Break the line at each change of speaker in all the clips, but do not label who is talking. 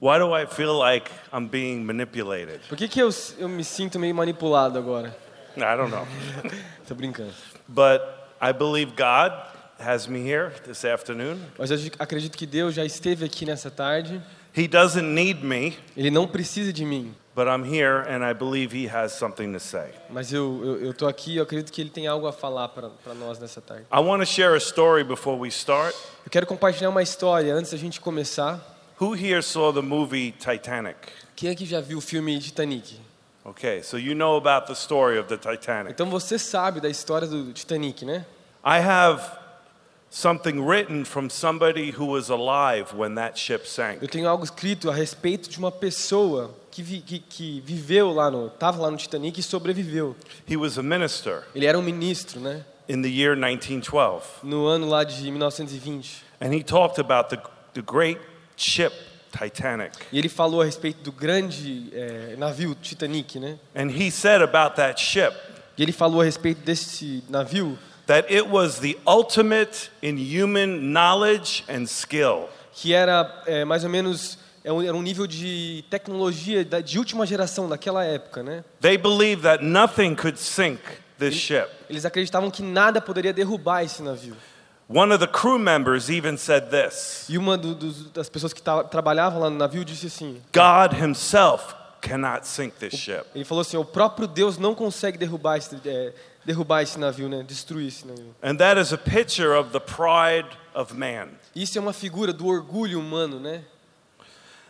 Why do I feel like I'm being manipulated?
Por que, que eu, eu me sinto meio manipulado agora?
I don't know.
Tô brincando.
But I believe God has me here this afternoon.
Mas eu ac- acredito que Deus já esteve aqui nessa tarde.
He doesn't need me,
Ele não precisa de mim.
but I'm here and I believe He has something to say.
Mas eu, eu, eu tô aqui eu acredito que Ele tem algo a falar para nós nessa tarde.
I want to share a story before we start.
Eu quero compartilhar uma história antes da gente começar.
Who here saw the movie Titanic?
Quem aqui já viu o filme Titanic?
Okay, so you know about the story of the Titanic.
Então você sabe da história do Titanic, né?
I have something written from somebody who was alive when that ship sank.
Eu tenho algo escrito a respeito de uma pessoa que, vi, que, que viveu lá no, tava lá no Titanic e sobreviveu.
He was a minister
Ele era um ministro, né?
in the year 1912,
No ano lá de 1920.
and he talked about the, the great ship Titanic.
E ele falou a respeito do grande eh, navio Titanic, né?
And he said about that ship
E ele falou a respeito desse navio
that it was the ultimate in human knowledge and skill.
que era eh, mais ou menos é um- era um nível de tecnologia da, de última geração daquela época, né?
They believed that nothing could sink this ship.
Eles acreditavam que nada poderia derrubar esse navio.
One of the crew members even said this
E uma do- dos- das pessoas que ta- trabalhavam lá no navio disse assim:
God Himself cannot sink this ship.
Ele falou assim: o próprio Deus não consegue derrubar esse, é, derrubar esse navio, né? Destruir esse navio.
And that is a picture of the pride of man.
Isso é uma figura do orgulho humano, né?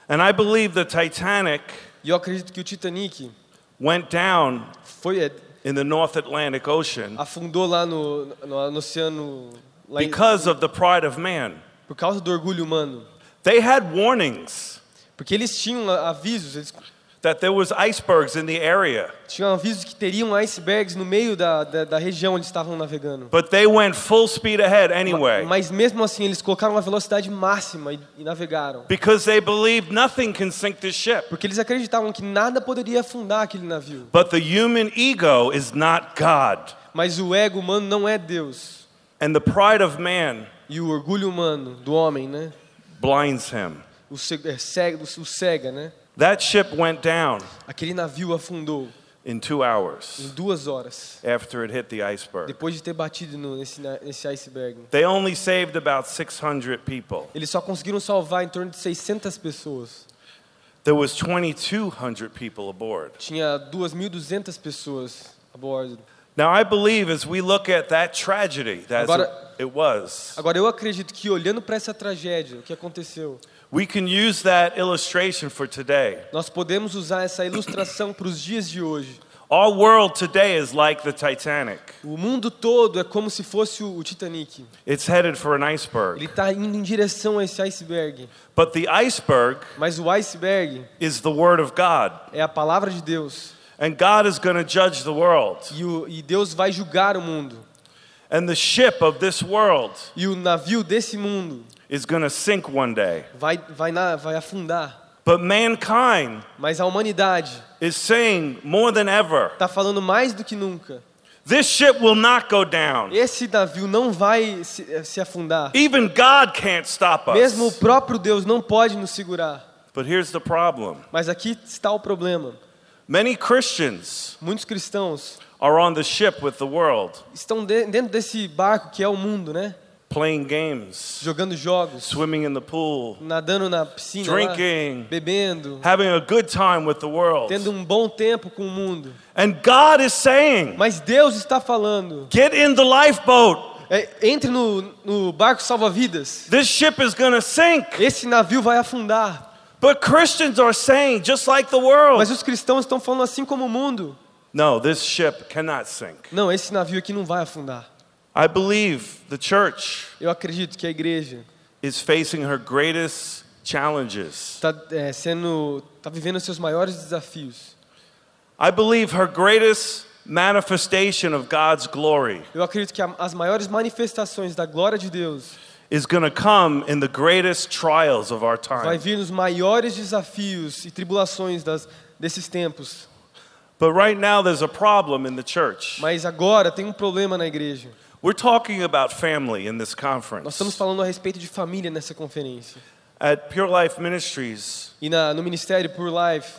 And I believe the Titanic
E eu acredito que o Titanic
went down
foi é,
in the North Atlantic Ocean
afundou lá no, no, no oceano lá em,
because of the pride of man.
por causa do orgulho humano,
They had warnings
porque eles tinham a- avisos, eles
that there was icebergs in the area,
tinham avisos que teriam icebergs no meio da, da, da região onde estavam navegando.
but they went full speed ahead
Ma-
anyway
Mas mesmo assim eles colocaram uma velocidade máxima e, e navegaram,
because they believed nothing can sink this ship.
porque eles acreditavam que nada poderia afundar aquele navio.
But the human ego is not God.
Mas o ego humano não é Deus.
And the pride of man
E o orgulho humano do homem, né?
blinds him.
O ce- é cego, o cega, né?
That ship went down
Aquele navio afundou
in two
em
hours
duas horas,
after it hit the iceberg.
depois de ter batido no, nesse, na- nesse iceberg.
They only saved about 600 people.
Eles só conseguiram salvar em torno de 600 pessoas.
There was 2,200 people aboard.
Tinha 2.200 pessoas a bordo.
Now, I believe as we look at that tragedy, that's
Agora-
it was,
Agora, eu acredito que olhando para essa tragédia, o que aconteceu,
we can use that illustration for today.
nós podemos usar essa ilustração para os dias de hoje.
Our world today is like the Titanic.
O mundo todo é como se fosse o o Titanic.
It's headed for an iceberg.
Ele está indo em direção a esse iceberg.
But the iceberg
Mas o iceberg
is the Word of God.
é a palavra de Deus.
And God is going to judge the world.
E, o, e Deus vai julgar o mundo.
And the ship of this world
E o navio desse mundo
is going to sink one day.
vai, vai, na, vai afundar.
But mankind
Mas a humanidade
is saying more than ever
está falando mais do que nunca.
this ship will not go down.
Esse navio não vai se, eh, se afundar.
Even God can't stop us.
Mesmo o próprio Deus não pode nos segurar.
But here's the problem
Mas aqui está o problema.
many Christians
Muitos cristãos
are on the ship with the world,
estão de- dentro desse barco que é o mundo, né?
playing games,
Jogando jogos,
swimming in the pool,
nadando na piscina, lá,
Drinking.
bebendo,
having a good time with the world.
tendo um bom tempo com o mundo.
And God is saying,
Mas Deus está falando.
get in the lifeboat.
É, entre no, no barco salva-vidas.
This ship is going to sink.
Esse navio vai afundar.
But Christians are saying, just like the world,
Mas os cristãos estão falando assim como o mundo.
no, this ship cannot sink.
Não, esse navio aqui não vai afundar.
I believe the church
Eu acredito que a igreja
is facing her greatest challenges.
está é, sendo, está vivendo seus maiores desafios.
I believe her greatest manifestation of God's glory
Eu acredito que a, as maiores manifestações da glória de Deus
is going to come in the greatest trials of our
vai
time.
vir nos maiores desafios e tribulações das, desses tempos.
But right now, there's a problem in the church.
Mas agora tem um problema na igreja.
We're talking about family in this
Nós estamos
conference.
falando a respeito de família nessa conferência.
At Pure Life Ministries,
E na, no Ministério Pure Life,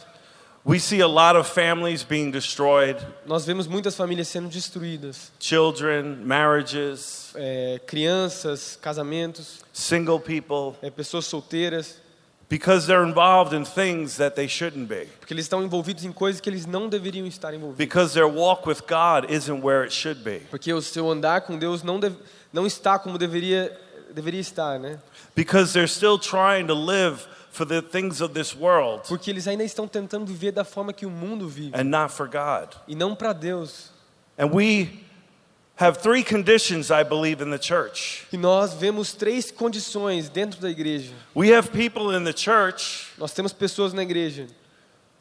we see a lot of families being destroyed,
nós vemos muitas famílias sendo destruídas.
children, marriages,
É, crianças, casamentos,
single people,
é, pessoas solteiras,
because they're involved in things that they shouldn't be.
porque eles estão envolvidos em coisas que eles não deveriam estar envolvidos.
Because their walk with God isn't where it should be.
Porque o seu andar com Deus não, deve, não está como deveria, deveria estar, né?
Because they're still trying to live for the things of this world
Porque eles ainda estão tentando viver da forma que o mundo vive
and not for God.
e não para Deus.
And we have three conditions, I believe, in the church.
E nós vemos três condições dentro da igreja.
We have people in the church
Nós temos pessoas na igreja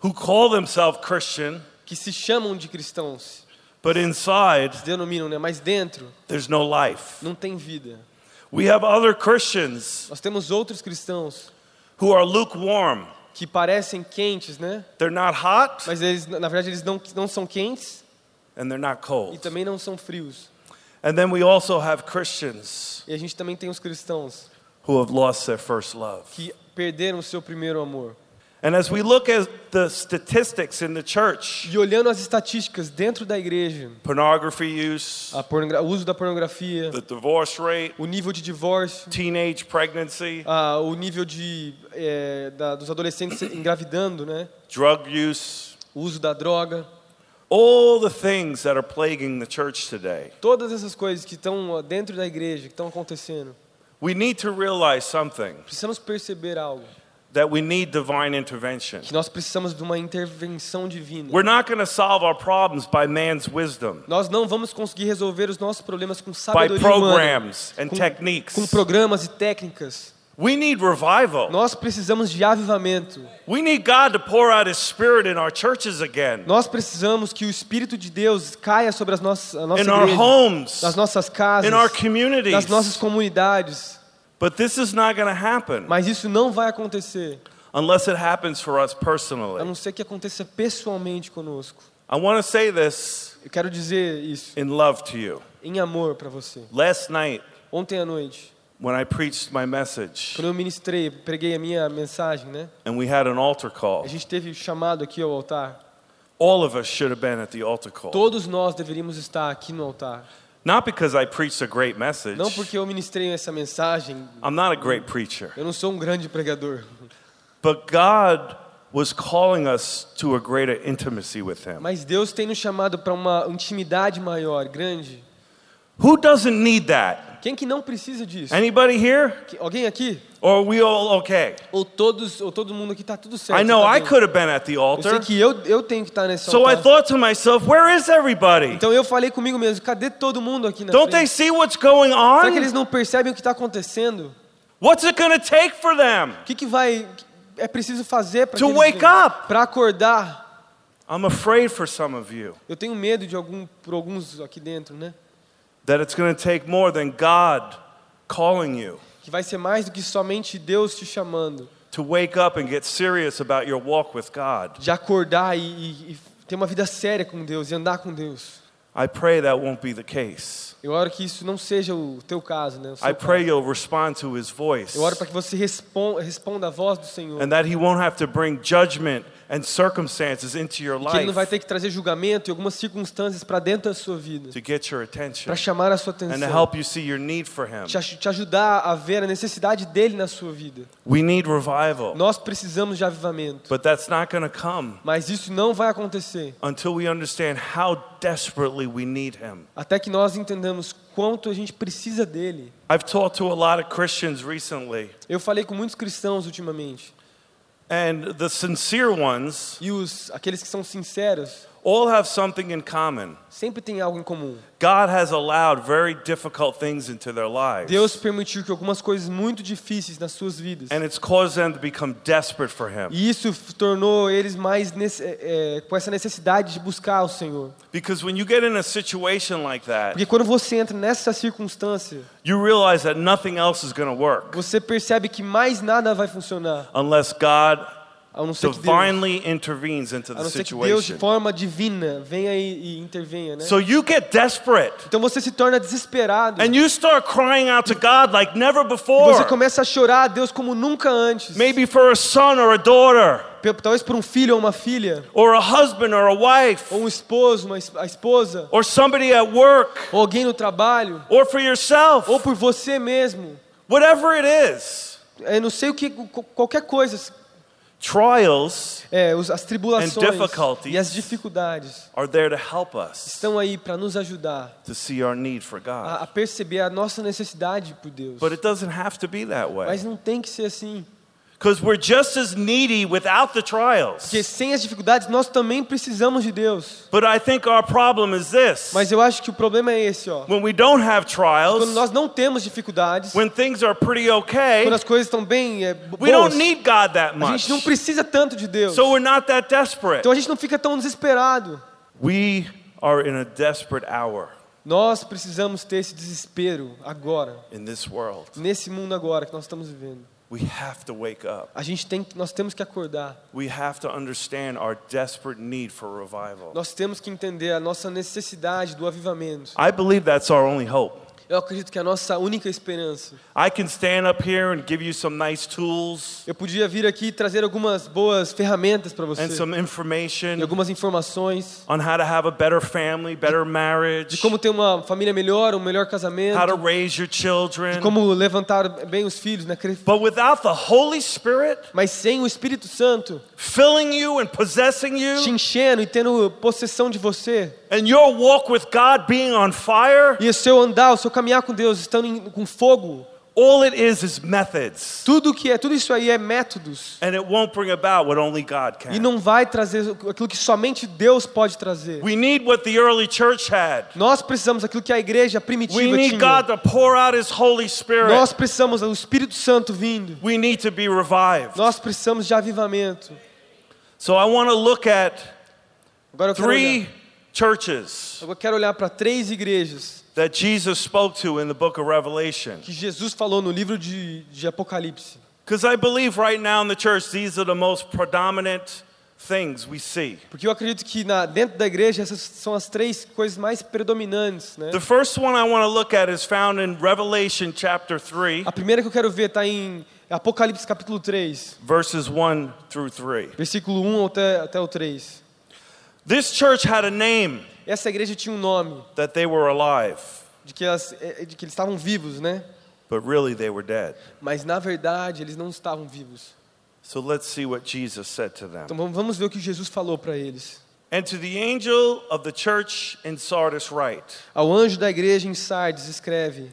who call themselves Christian,
que se chamam de cristãos,
but inside
se denominam, né? Mas dentro
there's no life.
não tem vida.
We have other Christians
Nós temos outros cristãos
who are lukewarm.
que parecem quentes, né?
They're not hot
Mas eles, na verdade, eles não, não são quentes
and they're not
e
cold.
também não são frios.
And then we also have Christians
E a gente também tem os cristãos
who have lost their first love.
que perderam o seu primeiro amor.
And as we look at the statistics in the church,
E olhando as estatísticas dentro da igreja,
pornography use,
a pornogra- o uso da pornografia,
the divorce rate,
o nível de divórcio,
teenage pregnancy,
ah, o nível de eh, da- dos adolescentes se engravidando, né?
drug use,
O uso da droga,
all the things that are plaguing the church today,
todas essas coisas que estão ah, dentro da igreja, que estão acontecendo.
we need to realize something
Precisamos perceber algo,
that we need divine intervention.
que nós precisamos de uma intervenção divina.
We're not going to solve our problems by man's wisdom,
Nós não vamos conseguir resolver os nossos problemas com
by
sabedoria humana,
programs and
com, com
techniques.
programas e técnicas.
We need revival.
Nós precisamos de avivamento.
We need God to pour out his spirit in our churches again,
Nós precisamos que o Espírito de Deus caia sobre as nossas a nossa
in our
igreja,
homes,
nas nossas casas,
in our
nas
communities.
nossas comunidades.
But this is not going to happen
Mas isso não vai acontecer,
unless it happens for us
a
personally.
não ser que aconteça pessoalmente conosco.
I want to say this
Eu quero dizer isso
in love to you.
em amor para você.
Last night,
Ontem à noite,
when I preached my message
quando eu ministrei, preguei a minha mensagem, né?
and we had an altar
A
call,
gente teve chamado aqui ao altar.
all of us should have been at the altar call.
Todos nós deveríamos estar aqui no altar.
Not because I preached a great message,
Não porque eu ministrei essa mensagem,
I'm not a great preacher,
eu não sou um grande pregador,
but God was calling us to a greater intimacy with Him.
mas Deus tem nos chamado para uma intimidade maior, grande.
Who doesn't need that?
Quem que não precisa disso?
Anybody here?
Que- Alguém aqui?
Or are we all okay?
Ou todos, ou todo mundo aqui tá tudo certo?
I know
tá
I
bem.
could have been at the
Eu sei
altar.
que eu, eu tenho que estar nesse
So I
altar.
thought to myself, where is everybody?
Então eu falei comigo mesmo, cadê todo mundo aqui na
Don't they
frente?
see what's going
Será que eles
on?
não percebem o que está acontecendo?
What's it going to take for them?
O que, que vai é preciso fazer para
To wake up.
para acordar?
I'm afraid for some of you
Eu tenho medo de algum por alguns aqui dentro, né?
that it's going to take more than God calling you
que vai ser mais do que somente Deus te chamando,
to wake up and get serious about your walk with God.
de acordar e, e- e ter uma vida séria com Deus e andar com Deus.
I pray that won't be the case.
Eu oro que isso não seja o teu caso, né? o seu
I pray
caso.
you'll respond to his voice
Eu oro para que você respon- responda à voz do Senhor.
and that he won't have to bring judgment and circumstances into your
Que Ele não vai
life
ter que trazer julgamento e algumas circunstâncias para dentro da sua vida,
to get your
para
attention
chamar a sua
and to
atenção,
help you see your need for him.
te, aj- te ajudar a ver a necessidade dele na sua vida.
We need revival,
Nós precisamos de avivamento,
but that's not going to come
mas isso não vai acontecer
until we understand how desperately we need him.
até que nós entendamos quanto a gente precisa dele.
I've talked to a lot of Christians recently,
Eu falei com muitos cristãos ultimamente.
and the sincere ones
e os aqueles que são sinceros
all have something in common.
sempre têm algo em comum.
God has allowed very difficult things into their lives,
Deus permitiu que algumas coisas muito difíceis nas suas vidas.
and it's caused them to become desperate for Him
E isso f- tornou eles mais nesse- é, é, com essa necessidade de buscar o Senhor.
because when you get in a situation like that,
Porque quando você entra nessa circunstância,
you realize that nothing else is going to work
você percebe que mais nada vai funcionar
unless God
a não ser que Deus,
divinely intervenes into
a
the
não ser que Deus de
situation.
forma divina venha e, e intervenha, né?
So you get desperate
Então você se torna desesperado.
and you start crying out to God like never
Você
before.
começa a chorar a Deus como nunca antes.
Maybe for a son or a daughter
Pe- Talvez por um filho ou uma filha,
or a husband or a wife
ou um esposo, uma es- a esposa,
or somebody at work
ou alguém no trabalho,
or for yourself.
ou por você mesmo.
Whatever it is,
Eu não sei o que, qu- qualquer coisa,
trials
é, os- as tribulações
And difficulties.
e as dificuldades
are there to help us
estão aí para nos ajudar
to see our need for God.
a, a perceber a nossa necessidade por Deus.
But it doesn't have to be that way.
Mas não tem que ser assim,
Because we're just as needy without the trials.
porque sem as dificuldades nós também precisamos de Deus.
But I think our problem is this.
Mas eu acho que o problema é esse, ó.
When we don't have
Quando
trials,
nós não temos dificuldades,
when things are pretty okay,
quando as coisas estão bem é, bo-
we don't
boas,
need God that
a
much.
gente não precisa tanto de Deus.
So we're not that desperate.
Então a gente não fica tão desesperado.
We are in a desperate hour
Nós precisamos ter esse desespero agora,
in this world.
nesse mundo agora que nós estamos vivendo.
We have to wake up.
A gente tem, que- nós temos que acordar.
We have to understand our desperate need for revival.
Nós temos que entender a nossa necessidade do avivamento.
I believe that's our only hope.
Eu acredito que é a nossa única esperança.
I can stand up here and give you some nice tools
Eu podia vir aqui e trazer algumas boas ferramentas para você,
and some
e
information
algumas informações
on how to have a better family, better
de
marriage,
como ter uma família melhor, um melhor casamento,
how to raise your children.
como levantar bem os filhos, né? cre-
But without the Holy Spirit
Mas sem o Espírito Santo
filling you and possessing
te
you,
enchendo e tendo possessão de você,
and your walk with God being on fire,
E o seu andar, o seu caminhar com Deus, estando em- com fogo,
all it is is methods.
tudo que é, tudo isso aí é métodos
And it won't bring about what only God
e
can.
não vai trazer aquilo que somente Deus pode trazer.
We need what the early church had.
Nós precisamos daquilo que a igreja
We
primitiva
need God
tinha.
to pour out His Holy Spirit.
Nós precisamos do Espírito Santo vindo.
We need to be revived.
Nós precisamos de avivamento.
So I want to look at
Agora eu quero olhar,
three churches
eu quero olhar para três igrejas
that Jesus spoke to in the book of Revelation.
que Jesus falou no livro de, de Apocalipse.
Because I believe right now in the church, these are the most predominant things we see.
Porque eu acredito que na, dentro da igreja essas são as três coisas mais predominantes, né?
The first one I want to look at is found in Revelation chapter 3,
A primeira que eu quero ver está em Apocalipse capítulo 3.
verses 1 through 3.
Versículo 1 até, até o 3.
This church had a name
Essa igreja tinha um nome,
that they were alive,
de que, elas, eh, de que eles estavam vivos, né?
but really they were dead.
Mas na verdade eles não estavam vivos.
So let's see what Jesus said to them.
Então vamos- vamos ver o que Jesus falou para eles.
And to the angel of the church in Sardis write,
Ao anjo da igreja em Sardes escreve: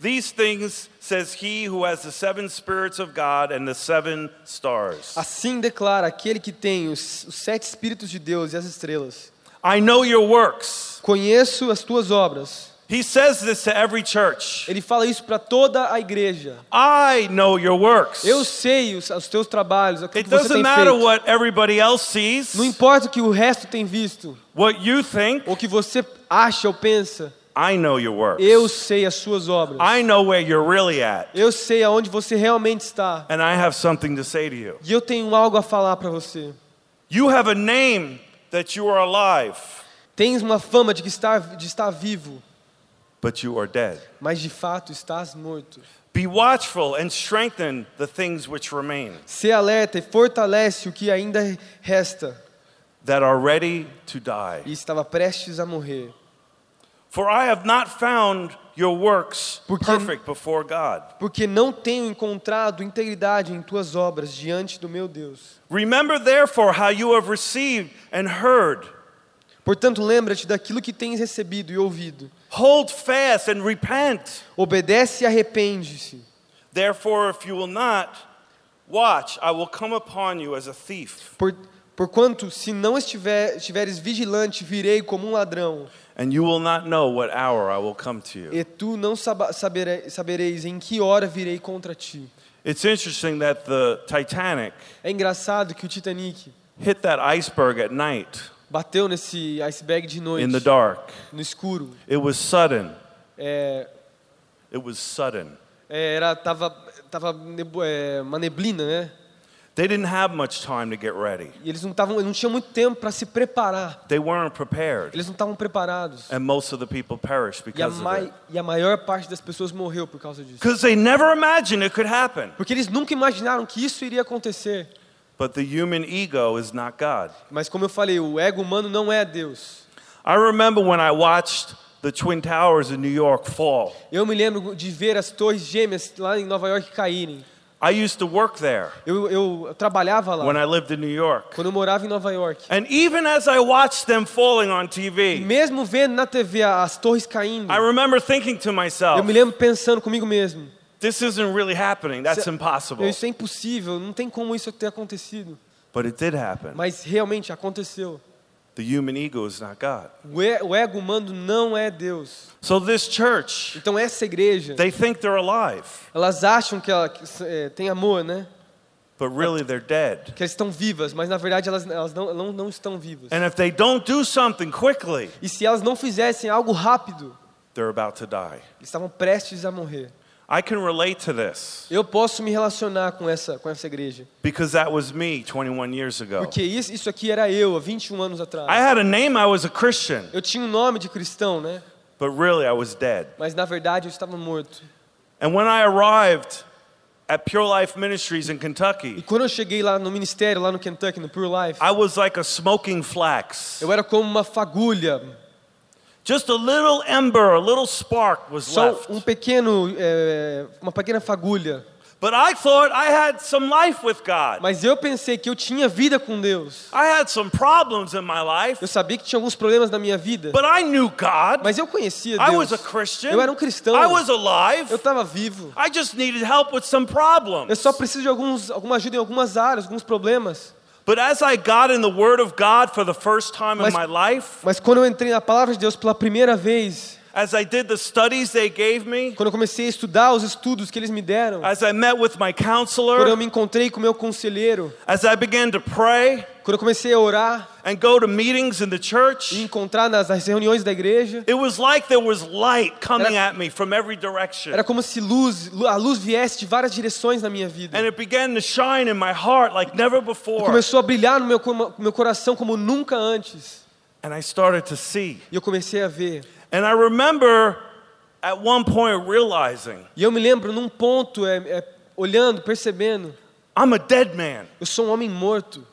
These things says he who has the seven spirits of God and the seven stars.
Assim declara aquele que tem os, os sete espíritos de Deus e as estrelas.
I know your works.
Conheço as tuas obras.
He says this to every church.
Ele fala isso para toda a igreja.
I know your works.
Eu sei os, os teus trabalhos,
It
aquilo que você
doesn't
tem
matter
feito.
what everybody else
Não
sees,
importa o que o resto tem visto,
what you think.
ou o que você acha ou pensa.
I know your works.
Eu sei as suas obras.
I know where you're really at.
Eu sei aonde você realmente está.
And I have something to say to you.
E eu tenho algo a falar para você.
You have a name that you are alive,
Tens uma fama de que está de estar vivo,
but you are dead.
mas de fato estás morto.
Be watchful and strengthen the things which remain
Se alerta e fortalece o que ainda resta
that are ready to die.
e estava prestes a morrer,
For I have not found your works
Porque-
perfect before God.
porque não tenho encontrado integridade em tuas obras diante do meu Deus.
Remember therefore how you have received and heard.
Portanto, lembra-te daquilo que tens recebido e ouvido.
Hold fast and repent.
Obedece e arrepende-se.
Therefore, if you will not watch, I will come upon you as a thief,
Por, porquanto, se não estiver, estiveres vigilante, virei como um ladrão.
and you will not know what hour I will come to you.
E tu não saba- sabere- sabereis em que hora virei contra ti.
It's interesting that the Titanic
É engraçado que o Titanic
hit that iceberg at night
bateu nesse iceberg de noite,
in the dark.
no escuro.
It was sudden.
É,
It was sudden.
é, era, tava, tava nebu- é, uma neblina, né?
They didn't have much time to get ready.
E eles não, tavam, não tinham muito tempo para se preparar.
They weren't prepared.
Eles não estavam preparados.
And most of the people perished
E a,
because of it.
mai, e a maior parte das pessoas morreu por causa disso.
Because they never imagined it could happen.
Porque eles nunca imaginaram que isso iria acontecer.
But the human ego is not God.
Mas como eu falei, o ego humano não é Deus.
I remember when I watched the Twin Towers in New York fall.
Eu me lembro de ver as torres gêmeas lá em Nova York caírem.
I used to work there
Eu, eu trabalhava lá,
when I lived in New York.
quando eu morava em Nova York.
And even as I watched them falling on
E
TV,
mesmo vendo na TV as torres caindo,
I remember thinking to
eu
myself,
me lembro pensando comigo mesmo.
this isn't really happening. That's
Se-
impossible.
Meu, Isso é impossível, não tem como isso ter acontecido.
But it did happen.
Mas realmente aconteceu.
The human ego is not God.
O, e- o ego humano não é Deus.
So this church,
Então essa igreja,
they think they're alive,
elas acham que ela que, é, tem amor, né?
but really they're dead.
Que elas estão vivas, mas na verdade elas, elas não, não, não estão vivas.
And if they don't do something quickly,
E se elas não fizessem algo rápido,
they're about to die.
eles estavam prestes a morrer.
I can relate to this
Eu posso me relacionar com essa, com essa igreja.
because that was me 21 years ago.
Porque isso, isso aqui era eu, há 21 anos
I
atrás.
had a name, I was a Christian,
Eu tinha um nome de cristão, né?
but really I was dead.
Mas na verdade eu estava morto.
And when I arrived at Pure Life Ministries in
E
Kentucky,
quando eu cheguei lá no ministério, lá no Kentucky, no Pure Life,
I was like a smoking flax.
eu era como uma fagulha.
Just a little ember, a little spark was
Só
left.
um pequeno, é, uma pequena fagulha.
But I thought I had some life with God.
Mas eu pensei que eu tinha vida com Deus.
I had some problems in my life,
Eu sabia que tinha alguns problemas na minha vida.
but I knew God.
Mas eu conhecia
I was
Deus.
a Christian.
Eu era um cristão.
I was
Eu
alive.
estava vivo.
I just needed help with some
Eu
problems.
só preciso de alguns, alguma ajuda em algumas áreas, alguns problemas.
But as I got in the Word of God for the first time in
Mas-
my life,
Mas quando eu entrei na palavra de Deus pela primeira vez,
as I did the studies they gave me,
quando eu comecei a estudar os estudos que eles me deram,
as I met with my
quando eu
counselor,
me encontrei com o meu conselheiro,
as I began to pray
quando eu comecei a orar
and go to meetings in the
e
church,
encontrar nas, nas reuniões da igreja,
it was like there was light coming
Era-
at me from every direction.
era como se luz, lu- a luz viesse de várias direções na minha vida.
And it began to shine in my heart like never
E
before.
começou a brilhar no meu, coma- meu coração como nunca antes.
And I started to see.
E eu comecei a ver.
And I remember at one point realizing
E eu me lembro num ponto, é, é, olhando, percebendo,
I'm a dead man.
eu sou um homem morto.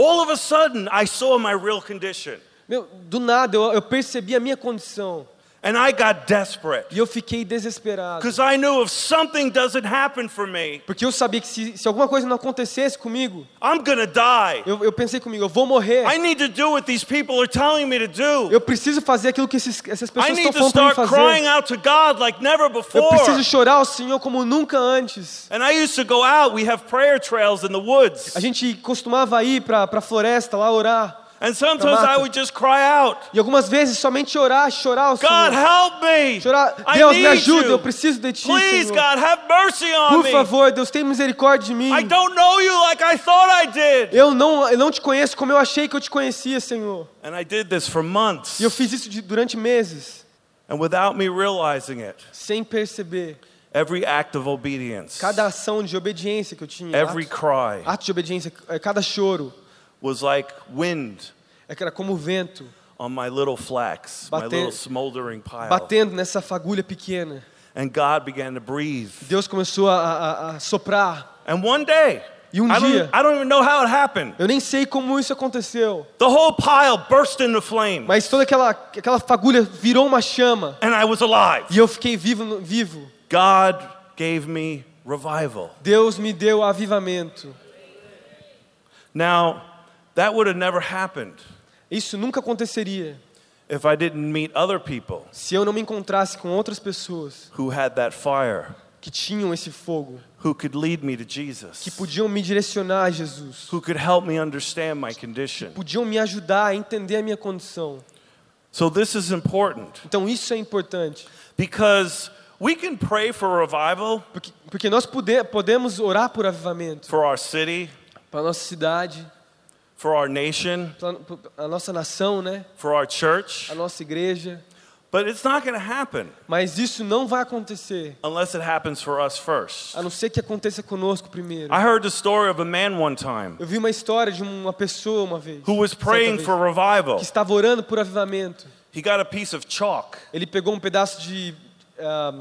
All of a sudden, I saw my real condition.
Meu, do nada eu, eu percebi a minha condição
And I got desperate
e eu fiquei desesperado.
because I knew if something doesn't happen for me,
Porque eu sabia que se, se alguma coisa não acontecesse comigo,
I'm going to die.
eu, eu pensei comigo, eu vou morrer.
I need to do what these people are telling me to do.
Eu preciso fazer aquilo que esses, essas
I
pessoas
need to
estão falando pra mim
start crying
fazer.
out to God like never
Eu
before.
preciso chorar ao Senhor como nunca antes.
And I used to go out, we have prayer trails in the woods.
A gente costumava ir pra, pra floresta lá orar.
And sometimes I
Mata.
would just cry out,
E algumas vezes somente orar, chorar ao
God,
Senhor.
help me.
Chorar,
I
Deus me
need
ajuda, eu
you.
preciso de ti,
Please,
Senhor.
God, have mercy on
Por
me.
favor, Deus, tem misericórdia de mim.
I don't know you like I thought I did.
Eu não, eu não te conheço como eu achei que eu te conhecia, Senhor.
And I did this for months.
E eu fiz isso de- durante meses,
And without me realizing it,
sem perceber.
every act of obedience,
Cada Ah. ação de obediência que eu tinha,
every
ato,
cry
ato de obediência, é, cada choro,
was like wind
é que era como o vento
on my little flax, my
Bater-
little smoldering pile.
batendo nessa fagulha pequena.
And God began to breathe.
Deus começou a, a- a soprar.
And one day,
E um
I, don't,
dia-
I don't even know how it happened.
Eu nem sei como isso aconteceu,
The whole pile burst into flame,
mas toda aquela, aquela fagulha virou uma chama
and I was alive.
e eu fiquei vivo, no- vivo.
God gave me revival.
Deus me deu avivamento.
Now, that would have never happened
Isso nunca aconteceria
if I didn't meet other people
se eu não me encontrasse com outras pessoas
who had that fire,
que tinham esse fogo,
who could lead me to
que
Jesus,
podiam me direcionar a Jesus,
who could help me understand my condition.
podiam me ajudar a entender a minha condição.
So, this is important
Então isso é importante,
because we can pray for revival
porque, porque nós pode- podemos orar por avivamento
for our city,
para nossa cidade,
for our nation,
para a nossa nação, né?
for our church,
A nossa igreja,
But it's not going to happen
Mas isso não vai acontecer,
unless it happens for us first.
a não ser que aconteça conosco primeiro.
I heard the story of a man one time
Eu vi uma história de uma pessoa uma vez,
who was praying
certa vez,
for revival.
que estava orando por avivamento.
He got a piece of chalk
Ele pegou um pedaço de ah,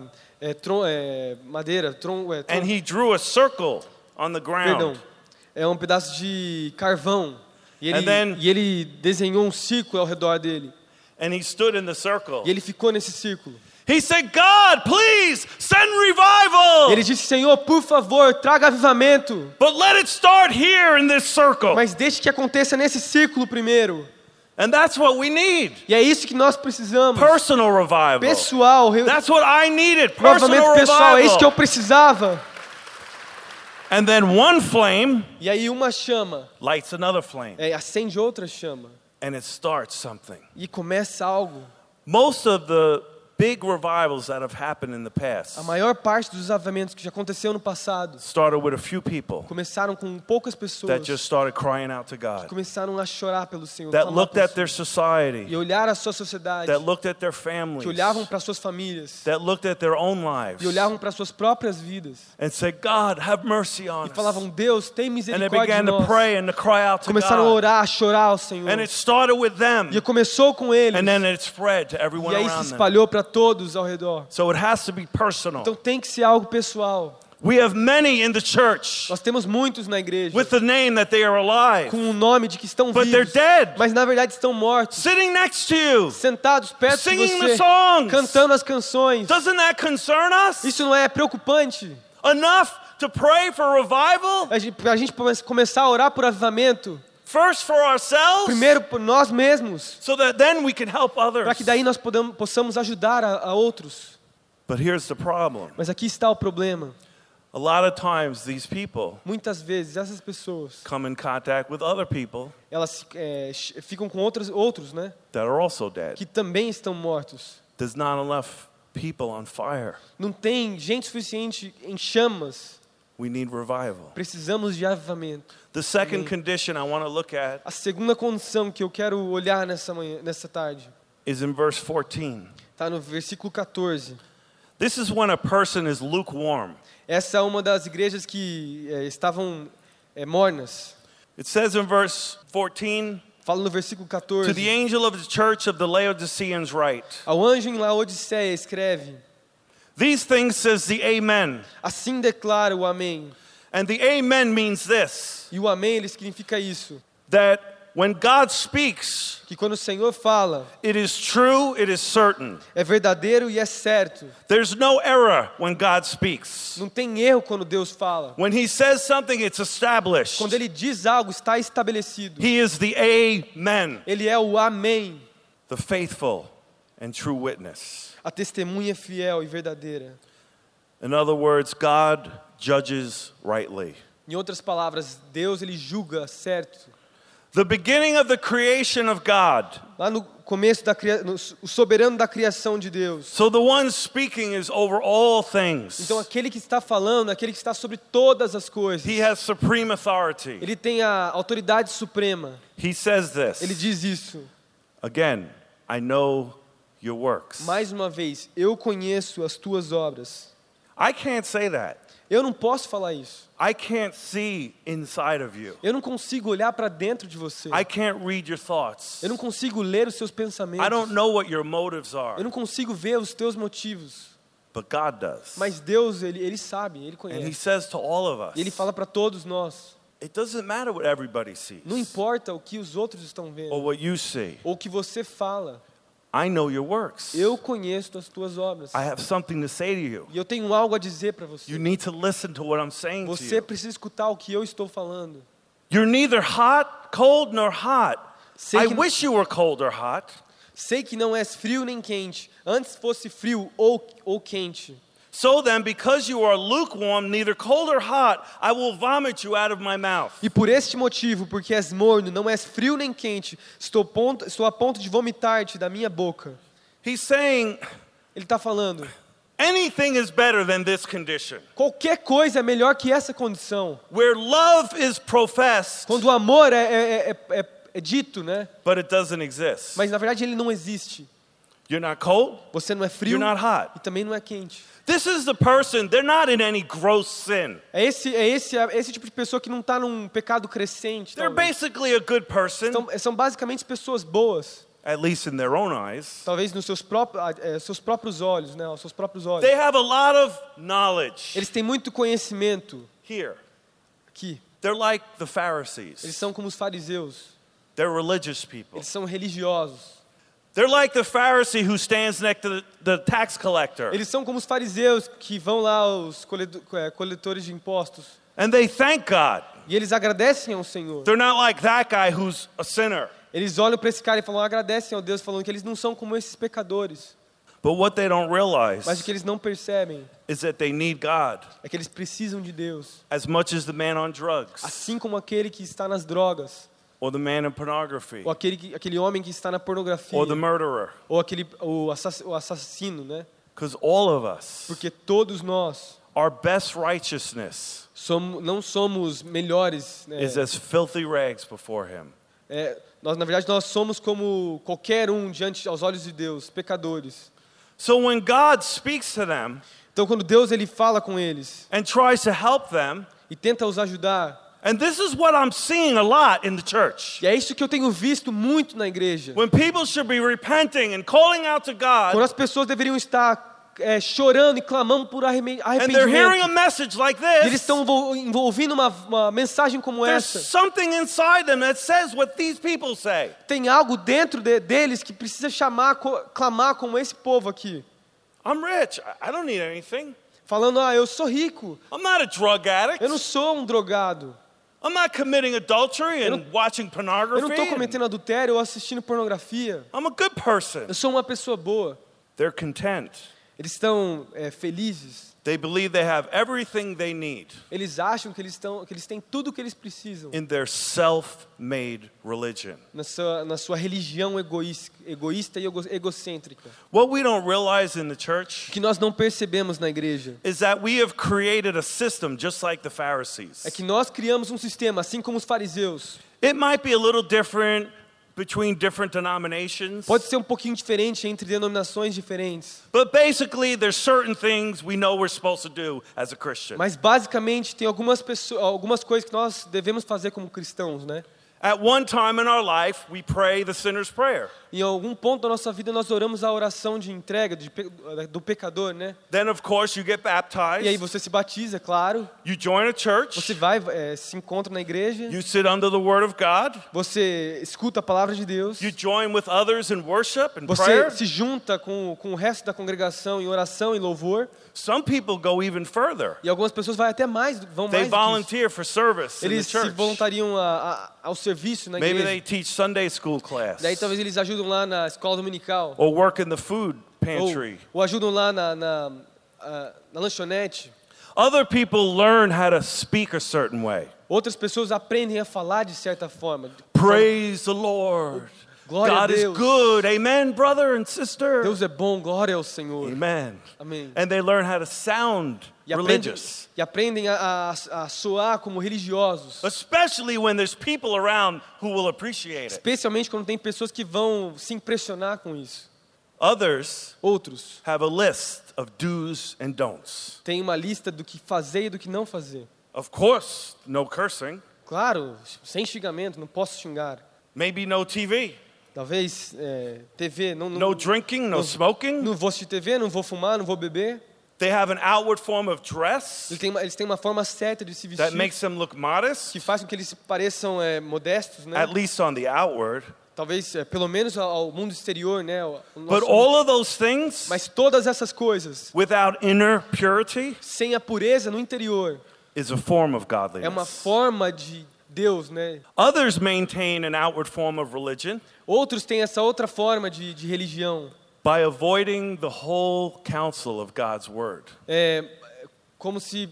é, tron- é, madeira, tron, é, tron-
and he drew a circle on the
perdão,
ground.
é um pedaço de carvão. E ele,
And then-
e ele desenhou um círculo ao redor dele.
And he stood in the circle.
E ele ficou nesse círculo.
He said, God, please send
E ele
revival.
disse: Senhor, por favor, traga avivamento.
But let it start here in this circle.
Mas deixe que aconteça nesse círculo primeiro.
And that's what we need
E é isso que nós precisamos.
personal revival.
Pessoal, re...
That's what I needed personal
avivamento pessoal, é isso que eu
revival.
precisava.
And then one flame
E aí uma chama,
lights another flame,
é, acende outra chama
and it starts something.
e começa algo.
Most of the big revivals that have happened in the past
A maior parte dos avivamentos que já aconteceu no passado
started with a few people
começaram com poucas
that
pessoas
just started crying out to God,
começaram a chorar pelo Senhor,
that
clamar
looked
pelo
at
Senhor.
their society,
e olhar a sua sociedade,
that looked at their
que
families,
olhavam para suas famílias
that looked at their own lives,
e olhavam para suas próprias vidas
and said, God, have mercy on
e
us.
falavam: Deus, tem
And they
misericórdia
began
de
to
nós.
pray and to cry out to
Começaram a
God.
orar, a chorar ao Senhor.
And it started with them,
E começou com eles.
and then it spread to everyone
E aí se
around them.
espalhou para todos ao redor.
So it has to be personal.
Então tem que ser algo pessoal.
We have many in the church
Nós temos muitos na igreja
with the name that they are alive,
com o nome de que estão
but they're
vivos,
dead,
mas na verdade estão mortos,
sitting next to you,
sentados perto de
singing the
você,
songs.
cantando as canções.
Doesn't that concern us?
Isso não é preocupante?
Enough to pray for revival?
A gente, a gente come- começar a orar por avivamento,
First for ourselves,
primeiro por nós mesmos,
so that then we can help
para
others.
que daí nós podamos, possamos ajudar a, a outros.
But here's the problem.
Mas aqui está o problema.
A lot of times these people
Muitas vezes essas pessoas,
come in contact with other people
elas é, ch- ficam com outros, outros, né,
that are also dead.
que também estão mortos.
There's not enough people on fire.
Não tem gente suficiente em chamas.
We need revival.
Precisamos de avivamento.
The second condition I want to look at
A segunda condição que eu quero olhar nessa manhã, nessa tarde,
is in verse 14.
está no versículo 14.
This is when a person is lukewarm.
Essa é uma das igrejas que é, estavam é, mornas.
It says in verse 14,
Fala no versículo
To the
14.
angel of the church of the Laodiceans write,
Ao anjo em Laodiceia escreve:
These things says the Amen.
Assim declara o Amém.
And the Amen means this
E o Amém ele significa isso:
that when God speaks,
que quando o Senhor fala,
it is true, it is certain.
é verdadeiro e é certo.
There's no error when God speaks.
Não tem erro quando Deus fala.
When He says something, it's established.
Quando ele diz algo, está estabelecido.
He is the Amen,
Ele é o Amém,
the faithful and true witness.
a testemunha é fiel e verdadeira.
In other words, God judges rightly.
Em outras palavras, Deus ele julga certo.
The beginning of the creation of God.
Lá no começo da cria... no, o soberano da criação de Deus.
So the one speaking is over all things.
Então aquele que está falando, aquele que está sobre todas as coisas,
He has supreme authority.
ele tem a autoridade suprema.
He says
Ele
this
diz isso.
again, I know your works.
Mais uma vez, eu conheço as tuas obras.
I can't say that.
Eu não posso falar isso.
I can't see inside of you.
Eu não consigo olhar para dentro de você.
I can't read your thoughts.
Eu não consigo ler os seus
I don't
pensamentos.
know what your motives
Eu
are,
não consigo ver os teus motivos.
but God does.
Mas Deus, ele, ele sabe, ele
And He
conhece.
says to all of us,
E ele fala para todos nós.
it doesn't matter what everybody sees
Não importa o que os outros estão
or
vendo
what you see.
ou o que você fala.
I know your works.
Eu conheço as tuas obras.
I have something to say to you.
E eu tenho algo a dizer para
You
você.
need to listen to what I'm saying to
Você
you.
precisa escutar o que eu estou falando.
You're neither hot, cold, nor hot.
Sei
I
que,
wish you were cold or hot.
sei que não és frio nem quente. Antes fosse frio ou, ou quente.
So then, because you are lukewarm, neither cold or hot, I will vomit you out of my mouth.
E por este motivo, porque és morno, não és frio nem quente, estou, ponto, estou a ponto de vomitar-te da minha boca.
He's saying
Ele está falando,
anything is better than this condition
qualquer coisa é melhor que essa condição.
where love is professed,
Quando o amor é, é, é, é, é dito, né?
but it doesn't exist.
Mas na verdade ele não existe.
You're not cold,
Você não é frio
you're not hot.
e também não é quente.
This is the person, they're not in any gross sin.
É esse, é esse, é esse tipo de pessoa que não está num pecado crescente.
They're
talvez.
basically a good person,
Então, são basicamente pessoas boas,
at least in their own eyes.
talvez nos seus, próprios, seus próprios olhos, né? Aos seus próprios olhos.
They have a lot of knowledge
Eles têm muito conhecimento
here.
aqui.
They're like the
Eles
Pharisees,
são como os fariseus.
they're religious people.
Eles são religiosos.
They're like the Pharisee who stands next to the, the tax collector.
Eles são como os fariseus que vão lá os coledo- é, coletores de impostos
And they thank God.
e eles agradecem ao Senhor.
They're not like that guy who's a sinner.
Eles olham para esse cara e falam, agradecem ao Deus, falando que eles não são como esses pecadores,
But what they don't
mas o
realize
que eles não percebem
is that they need God
é que eles precisam de Deus,
as much as the man on drugs
assim como aquele que está nas drogas,
or the man in pornography
ou aquele que- aquele homem que está na pornografia,
or the murderer.
ou aquele o, assass- o assassino, né?
Because all of us,
Porque todos nós
our best righteousness
somos, não somos melhores, né?
is as filthy rags before Him.
É, nós, na verdade, nós somos como qualquer um diante aos olhos de Deus, pecadores.
So when God speaks to them
Então, quando Deus ele fala com eles
and tries to help them,
e tenta os ajudar,
and this is what I'm seeing a lot in the church.
e é isso que eu tenho visto muito na igreja,
When people should be repenting and calling out to
quando
God,
as pessoas deveriam estar é, chorando e clamando por arreme-
and they're hearing a
arrependimento,
message like
e eles
this,
estão envol- envolvendo uma, uma mensagem como
There's
essa.
something inside them that says what these people say.
Tem algo dentro de- deles que precisa chamar, co- clamar como esse povo aqui,
I'm rich. I- I don't need anything.
falando: Ah, eu sou rico,
I'm not a drug addict.
eu não sou um drogado,
I'm not committing adultery and watching
eu não
pornography.
estou
and-
cometendo adultério ou assistindo pornografia.
I'm a good person.
Eu sou uma pessoa boa.
They're content.
Eles estão é, felizes.
They believe they have everything they need
Eles acham que eles, estão, que eles têm tudo o que eles precisam
in their self made religion.
na sua, na sua religião egoísta, egoísta e ego- egocêntrica.
What we don't realize in the
O
church
que nós não percebemos na igreja
is that we have created a system just like the Pharisees.
é que nós criamos um sistema, assim como os fariseus.
It might be a little different between different denominations.
Pode ser um pouquinho diferente entre denominações diferentes,
But basically, there's certain things we know we're supposed to do as a Christian.
mas basicamente tem algumas, pessoas, algumas coisas que nós devemos fazer como cristãos, né?
At one time in our life, we pray the sinner's prayer.
Em algum ponto da nossa vida nós oramos a oração de entrega de pe- do pecador, né?
Then, of course, you get
E aí
baptized.
você se batiza, é claro.
You join a
Você
church.
vai, eh, se encontra na igreja,
You sit under the Word of God.
você escuta a palavra de Deus,
You join with others in worship and prayer.
você se junta com, com o resto da congregação em oração e louvor,
Some people go even further.
e algumas pessoas vai até mais, vão
They
mais. do que isso.
volunteer for service in the
Eles se
church.
voluntariam a- a- ao serviço na
Maybe they
igreja.
teach Sunday school class
Daí talvez eles ajudam lá na escola dominical,
or work in the food
ou,
pantry.
ou ajudam lá na, na, ah, na lanchonete.
Other people learn how to speak a certain way.
Outras pessoas aprendem a falar de certa forma.
Praise the Lord.
Glória
God
a
is
Deus.
good. Amen, brother and sister.
Deus é bom, glória ao Senhor.
Amen.
Amém.
And they learn how to sound
E aprendem,
é religious,
e aprendem a, a, a soar como religiosos.
é. especially when there's people around who will appreciate it.
Especialmente quando tem pessoas que vão se impressionar com isso.
Others
Outros
have a list of do's and don'ts.
têm uma lista do que fazer e do que não fazer.
Of course, no cursing,
Claro, sem xingamento, não posso xingar.
maybe no TV,
Talvez é, TV, não, não,
no drinking, no
no-
smoking.
não vou assistir TV, não vou fumar, não vou beber.
They have an outward form of
Eles
dress
têm uma, eles têm uma forma certa de se
that
vestir
makes them look modest,
que faz com que eles pareçam é, modestos, né?
at least on the outward.
Talvez, é, pelo menos ao, ao mundo exterior, né? Ao- ao
But
nosso-
all of those things
Mas todas essas coisas,
without inner purity
sem a pureza no interior,
is a form of
é uma
godliness.
forma de Deus, né?
Others maintain an outward form of religion
Outros têm essa outra forma de, de religião,
by avoiding the whole counsel of God's word.
é, como se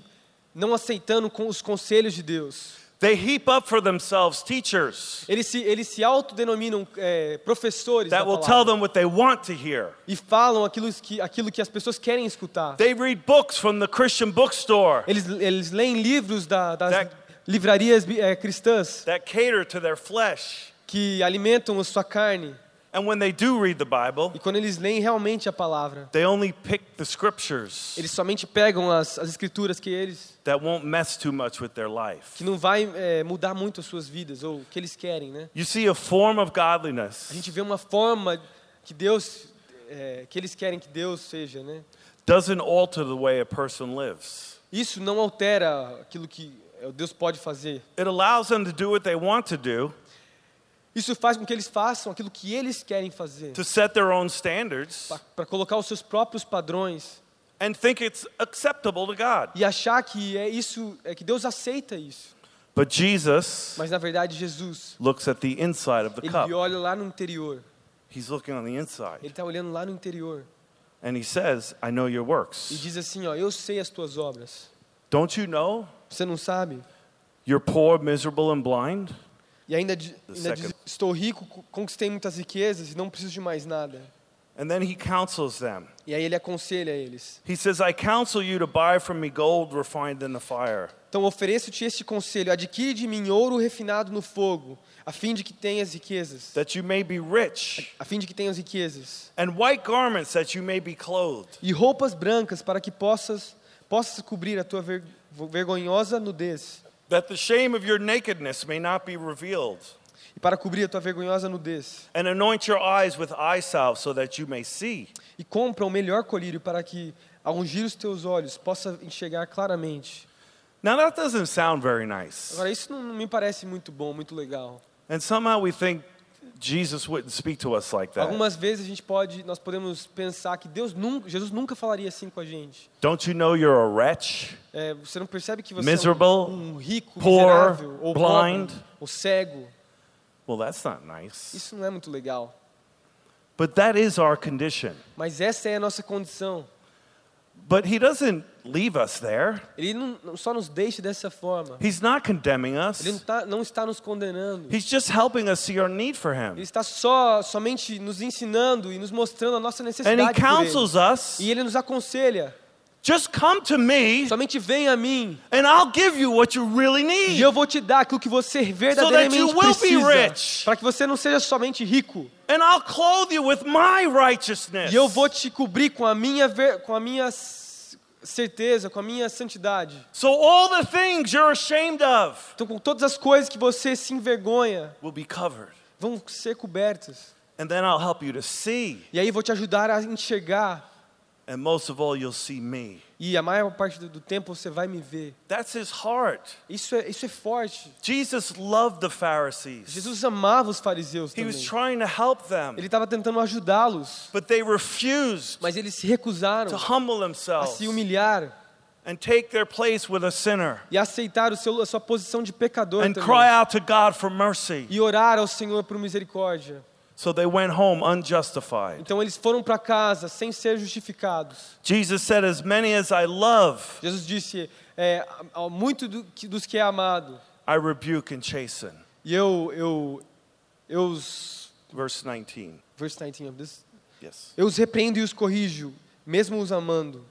não aceitando com os conselhos de Deus.
They heap up for themselves teachers
Eles se, eles se autodenominam é, professores da
that will
palavra,
tell them what they want to hear.
e falam aquilo que, aquilo que as pessoas querem escutar.
They read books from the Christian bookstore
Eles, eles leem livros da- das
That-
livrarias bi- é, cristãs
that cater to their flesh
que alimentam a sua carne
And when they do read the Bible,
E quando eles leem realmente a palavra,
they only pick the scriptures
eles somente pegam as, as escrituras que eles
that won't mess too much with their life.
que não vai é, mudar muito as suas vidas ou o que eles querem, né?
You see, a form of
A
godliness
gente vê uma forma que Deus é, que eles querem que Deus seja, né?
doesn't alter the way a person lives.
Isso não altera aquilo que é, Deus pode fazer.
It allows them to do what they want to do,
Isso faz com que eles façam aquilo que eles querem fazer,
to set their own standards,
para colocar os seus próprios padrões
and think it's acceptable to God.
e achar que é isso, é que Deus aceita isso.
But Jesus
Mas na verdade Jesus,
looks at the inside of the cup.
ele olha lá no interior.
He's looking on the inside.
Ele está olhando lá no interior
And he says, I know your
e
works.
diz assim, ó, eu sei as tuas obras.
Don't you know
Você não sabe?
you're poor, miserable, and blind?
E ainda, di-
The
ainda diz,
second.
estou rico, co- conquistei muitas riquezas e não preciso de mais nada.
And then he counsels them.
E aí ele aconselha eles.
He says, I counsel you to buy from me gold refined in the fire,
Então ofereço-te este conselho, adquire de mim ouro refinado no fogo, a fim de que tenhas riquezas,
that you may be rich,
a fim de que tenhas riquezas,
and white garments that you may be clothed,
e roupas brancas para que possas possas cobrir a tua ver, vergonhosa nudez,
that the shame of your nakedness may not be revealed,
e para cobrir a tua vergonhosa nudez,
and anoint your eyes with eye salve so that you may see.
e compra o melhor colírio para que ao ungir os teus olhos possa enxergar claramente.
Now, that doesn't sound very nice.
Agora isso não, não me parece muito bom, muito legal.
And somehow we think Jesus wouldn't speak to us like that.
Algumas vezes a gente pode, nós podemos pensar que Deus nunca, Jesus nunca falaria assim com a gente.
Don't you know you're a wretch?
É, você não percebe que você
Miserable,
é um, um rico,
poor,
miserável, ou
blind.
pobre, ou cego.
Well, that's not nice.
Isso não é muito legal.
But that is our condition.
Mas essa é a nossa condição.
But he doesn't leave us there.
Ele não, não só nos deixa dessa forma.
He's not condemning
Ele não,
us.
tá, não está nos condenando.
He's just helping us see our need for
Ele
him.
está só somente nos ensinando e nos mostrando a nossa
And he
necessidade por ele.
counsels us,
E ele nos aconselha.
just come to me
Somente vem a mim
and I'll give you what you really
e
need.
eu vou te dar aquilo que você
you
verdadeiramente
will be
precisa.
rich.
Para que você não seja somente rico.
And I'll clothe you with my righteousness.
E eu vou te cobrir com a minha ver- com a minha s- certeza, com a minha santidade.
So all the things you're ashamed of
Então com todas as coisas que você se envergonha,
will be covered.
vão ser cobertas.
And then I'll help you to see.
E aí eu vou te ajudar a enxergar
And most of all, you'll see me.
e a maior parte do- do tempo você vai me ver.
That's his heart.
Isso é isso é forte.
Jesus loved the Pharisees.
Jesus amava os fariseus
He
também.
was trying to help them,
Ele estava tentando ajudá-los,
but they refused
mas eles se recusaram
to humble
a
themselves
se humilhar
and take their place with a sinner
e aceitar o seu, a sua posição de pecador
and
também.
cry out to God for mercy.
e orar ao Senhor por misericórdia.
So they went home unjustified.
Então eles foram para casa sem ser justificados.
Jesus said, As many as I love,
Jesus disse: é, a- a- muito do que- dos que é amado,
I rebuke and chasten.
e eu, eu, eu os.
Verse 19.
Verse 19 of this.
Yes.
Eu os repreendo e os corrijo, mesmo os amando.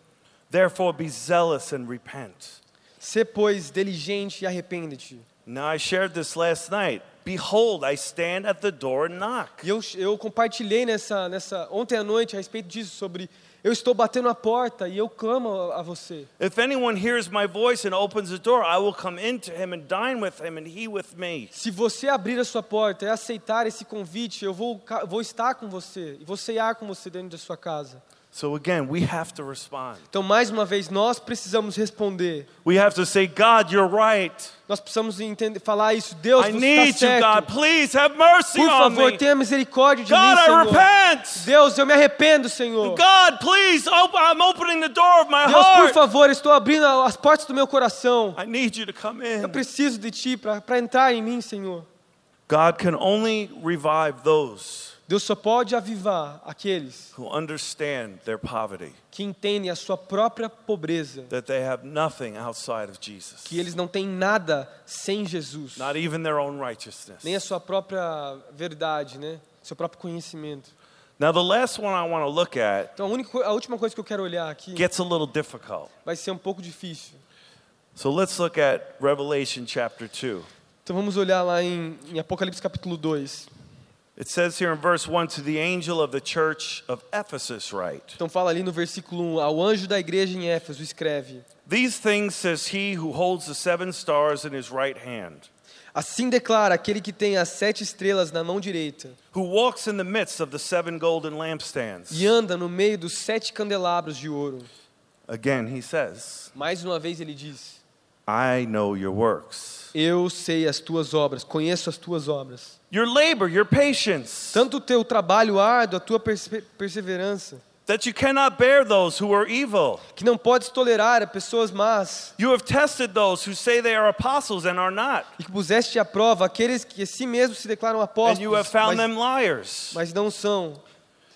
Therefore be zealous and repent.
Sê, pois, diligente e arrepende-te.
Now I shared this last night. Behold, I stand at the door and knock.
E eu, eu compartilhei nessa, nessa, ontem à noite a respeito disso, sobre eu estou batendo a porta e eu clamo a, a você.
If anyone hears my voice and opens the door, I will come in to him and dine with him and he with me.
Se você abrir a sua porta e aceitar esse convite, eu vou, ca- vou estar com você e vou ceiar com você dentro da sua casa.
So again, we have to respond.
Então, mais uma vez, nós precisamos responder.
We have to say, God, you're right.
Nós precisamos entender, falar isso. Deus,
I
você
need
está
you, God.
certo.
Please have mercy
Por
on
favor,
me.
tenha misericórdia de
God,
mim,
I
Senhor.
repent.
Deus, eu me arrependo, Senhor.
God, please, op- I'm opening the door of my
Deus, por
heart.
favor, estou abrindo as portas do meu coração.
I need you to come
Eu
in.
preciso de Ti para entrar em mim, Senhor.
God can only revive those
Deus só pode avivar aqueles
who understand their poverty,
que entendem a sua própria pobreza,
that they have nothing outside of Jesus,
que eles não têm nada sem Jesus,
not even their own righteousness.
nem a sua própria verdade, né? Seu próprio conhecimento.
Now, the last one I want to look at
Então, a, única, a última coisa que eu quero olhar aqui
gets a little difficult.
vai ser um pouco difícil.
So let's look at Revelation chapter 2.
Então vamos olhar lá em, em Apocalipse capítulo 2.
It says here in verse 1 to the angel of the church of Ephesus, write,
Então fala ali no versículo 1, ao anjo da igreja em Éfeso escreve:
These things says he who holds the seven stars in his right hand,
Assim declara aquele que tem as sete estrelas na mão direita
who walks in the midst of the seven golden
e
lampstands.
anda no meio dos sete candelabros de ouro.
Again, he says,
Mais uma vez ele diz:
I know your works,
Eu sei as tuas obras, conheço as tuas obras.
your labor, your patience,
Tanto o teu trabalho árduo, a tua perse- perseverança,
that you cannot bear those who are evil.
que não podes tolerar a pessoas más,
You have tested those who say they are apostles and are not,
e que puseste à prova aqueles que a si mesmos se declaram
and you have
apóstolos,
found
mas,
them liars.
mas não são.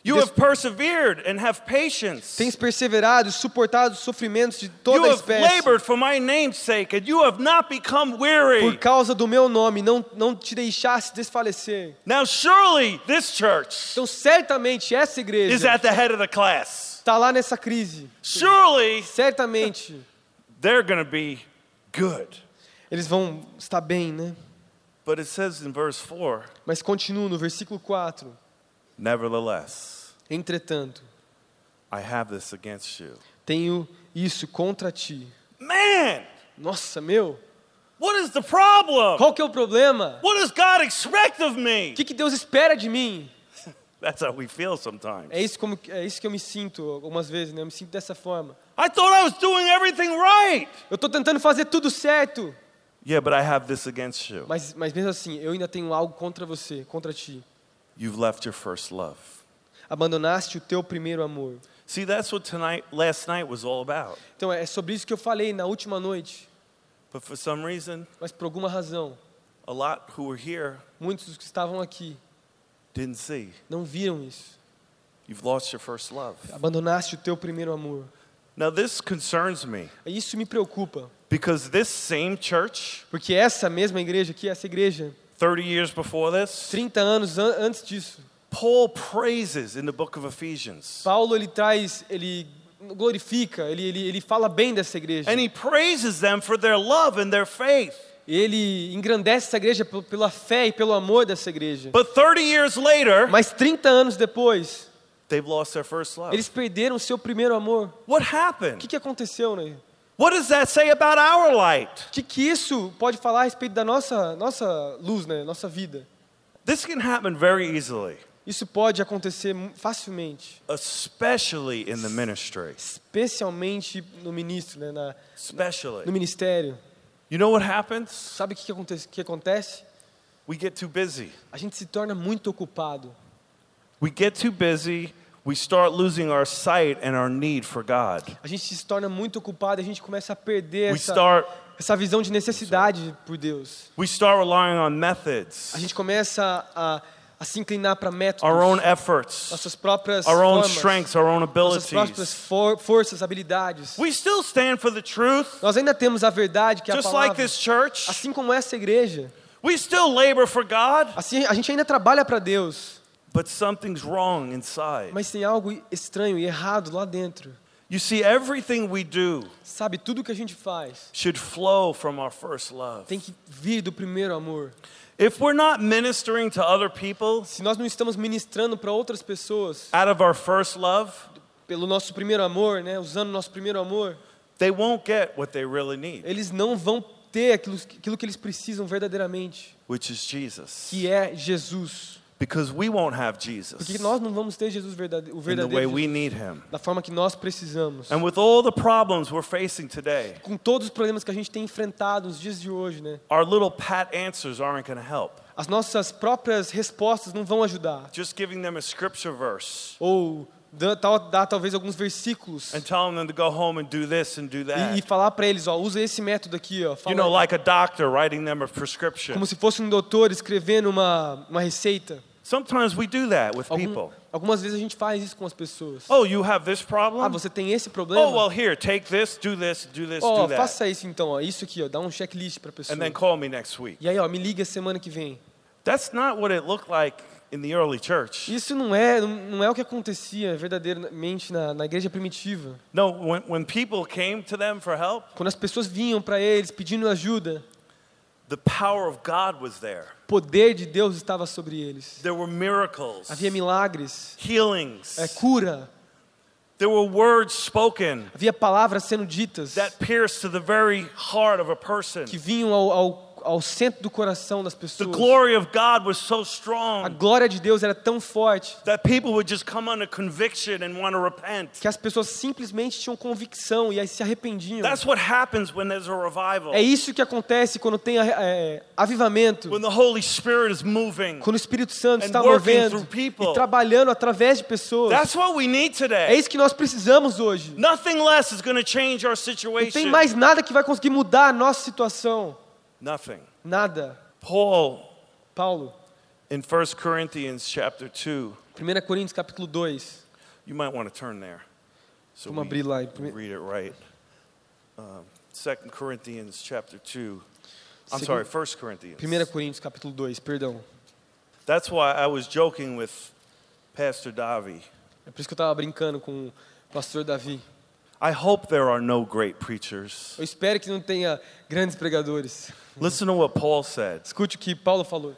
You
Des-
have persevered and have patience.
Tens perseverado e suportado os sofrimentos de
You
toda a
have
espécie.
labored for my name's sake, and you have not become
Por
weary.
causa do meu nome, não, não te deixaste desfalecer.
Now, surely this church
Então, certamente, essa
is
igreja
at the head of the class.
está lá nessa crise.
Surely
Certamente,
they're going to be good.
eles vão estar bem, né?
But it says in verse 4
Mas continua no versículo 4.
Nevertheless,
Entretanto,
I have this against you.
tenho isso contra ti.
Man,
Nossa, meu,
what is the problem?
qual que é o problema?
What does God expect of me?
O que, que Deus espera de mim?
That's how we feel sometimes.
É isso, como, é isso que eu me sinto algumas vezes, né? Eu me sinto dessa forma.
I thought I was doing everything right.
Eu estou tentando fazer tudo certo,
Yeah, but I have this against you.
mas, mas mesmo assim, eu ainda tenho algo contra você, contra ti.
You've left your first love.
Abandonaste o teu primeiro amor.
See, that's what tonight, last night was all about.
Então é sobre isso que eu falei na última noite,
But for some reason,
mas por alguma razão,
a lot who were here
muitos dos que estavam aqui
didn't see.
não viram isso.
You've lost your first love.
Abandonaste o teu primeiro amor.
Now, this concerns me
Isso me preocupa,
because this same church,
porque essa mesma igreja aqui, essa igreja,
30 years before this,
30 anos an antes disso,
Paul praises in the book of Ephesians.
Paulo ele traz, ele glorifica, ele, ele, ele fala bem dessa igreja.
And he praises them for their love and their faith.
Ele engrandece essa igreja pel- pela fé e pelo amor dessa igreja.
But 30 years later,
Mas 30 anos depois,
they've lost their first love.
eles perderam o seu primeiro amor.
What
O
happened?
que, que aconteceu, né?
What does that say about our light?
O que, que isso pode falar a respeito da nossa, nossa luz, né? Nossa vida.
This can happen very easily,
Isso pode acontecer mu- facilmente,
especially in the ministry.
especialmente no ministro, né? Na, no
Especially.
ministério.
You know what happens?
Sabe o que, que, acontece, que acontece?
We get too busy.
A gente se torna muito ocupado.
We get too busy, we start losing our sight and our need for God.
A gente se torna muito ocupado e a gente começa a perder
We
essa,
start
essa visão de necessidade por Deus.
we start relying on
A
methods,
gente começa a, a se inclinar para métodos,
our own efforts,
nossas próprias
our own
formas,
strengths, our own
nossas próprias
abilities.
for, forças, habilidades.
We still stand for the truth,
Nós ainda temos a verdade que é a
just
palavra.
like this church.
Assim como essa igreja,
We still labor for God,
assim a gente ainda trabalha para Deus,
but something's wrong inside.
mas tem algo estranho e errado lá dentro.
You see, everything we do
Sabe, tudo que a gente faz
should flow from our first love.
tem que vir do primeiro amor.
If we're not ministering to other people
Se nós não estamos ministrando para outras pessoas
out of our first love,
pelo nosso primeiro amor, né, usando nosso primeiro amor,
they won't get what they really need,
eles não vão ter aquilo, aquilo que eles precisam verdadeiramente,
which is Jesus.
que é Jesus.
Because we won't have Jesus
Porque nós não vamos ter Jesus
in
verdade, o
the way
verdadeiro
we
Jesus,
need him.
da forma que nós precisamos.
And with all the problems we're facing today,
Com todos os problemas que a gente tem enfrentado nos dias de hoje, né?
our little pat answers aren't going to help.
As nossas próprias respostas não vão ajudar.
Just giving them a scripture verse
Ou dá, tal- dá talvez alguns versículos
and telling them to go home and do this and do
e, e
that.
falar para eles, ó, usa esse método aqui, ó.
You
fala
know,
aí.
like a doctor writing them a prescription.
como se fosse um doutor escrevendo uma, uma receita.
Sometimes we do that with
Algum-
people.
algumas vezes a gente faz isso com as pessoas.
Oh, you have this
Ah,
problem?
você tem esse problema?
Oh, well, here, take this, do this, do this,
Ó,
do that.
Oh, faça isso então, ó, isso aqui, ó, dá um checklist para pessoa.
And then call me next week.
E aí, ó, me liga semana que vem.
That's not what it looked like in the early church.
Isso não é, não- não é o que acontecia verdadeiramente na, na igreja primitiva.
No, when, when people came to them for help,
Quando as pessoas vinham para eles pedindo ajuda,
The power of God was there.
O poder de Deus estava sobre eles.
There were miracles,
Havia milagres,
healings.
é, cura,
There were words spoken
havia palavras sendo ditas
that pierced to the very heart of a person.
que vinham ao, ao, ao centro do coração das
The
pessoas.
glory of God was so
A
strong
glória de Deus era tão forte
that people would just come under conviction and want to repent.
que as pessoas simplesmente tinham convicção e aí se arrependiam.
That's what happens when there's a revival.
É isso que acontece quando tem é, avivamento,
When the Holy Spirit is moving.
quando o Espírito Santo
And
está
working
movendo
through people.
e trabalhando através de pessoas.
That's what we need
É
today.
isso que nós precisamos hoje.
Nothing less is going to change our
Não tem
situation.
mais nada que vai conseguir mudar a nossa situação.
Nothing.
Nada.
Paul
Paulo,
in 1 Corinthians chapter 2,
1 Coríntios capítulo 2.
you might want to turn there. So
Vamos abrir lá em
we
prime-
read it right. Um, 2 Corinthians chapter 2. I'm
Segun-
sorry, 1 Corinthians.
1 Coríntios capítulo 2, perdão.
That's why I was joking with Pastor Davi.
É por isso que eu estava brincando com o pastor Davi.
I hope there are no great preachers.
Eu espero que não tenha grandes pregadores.
Listen to what Paul said,
Escute o que Paulo falou.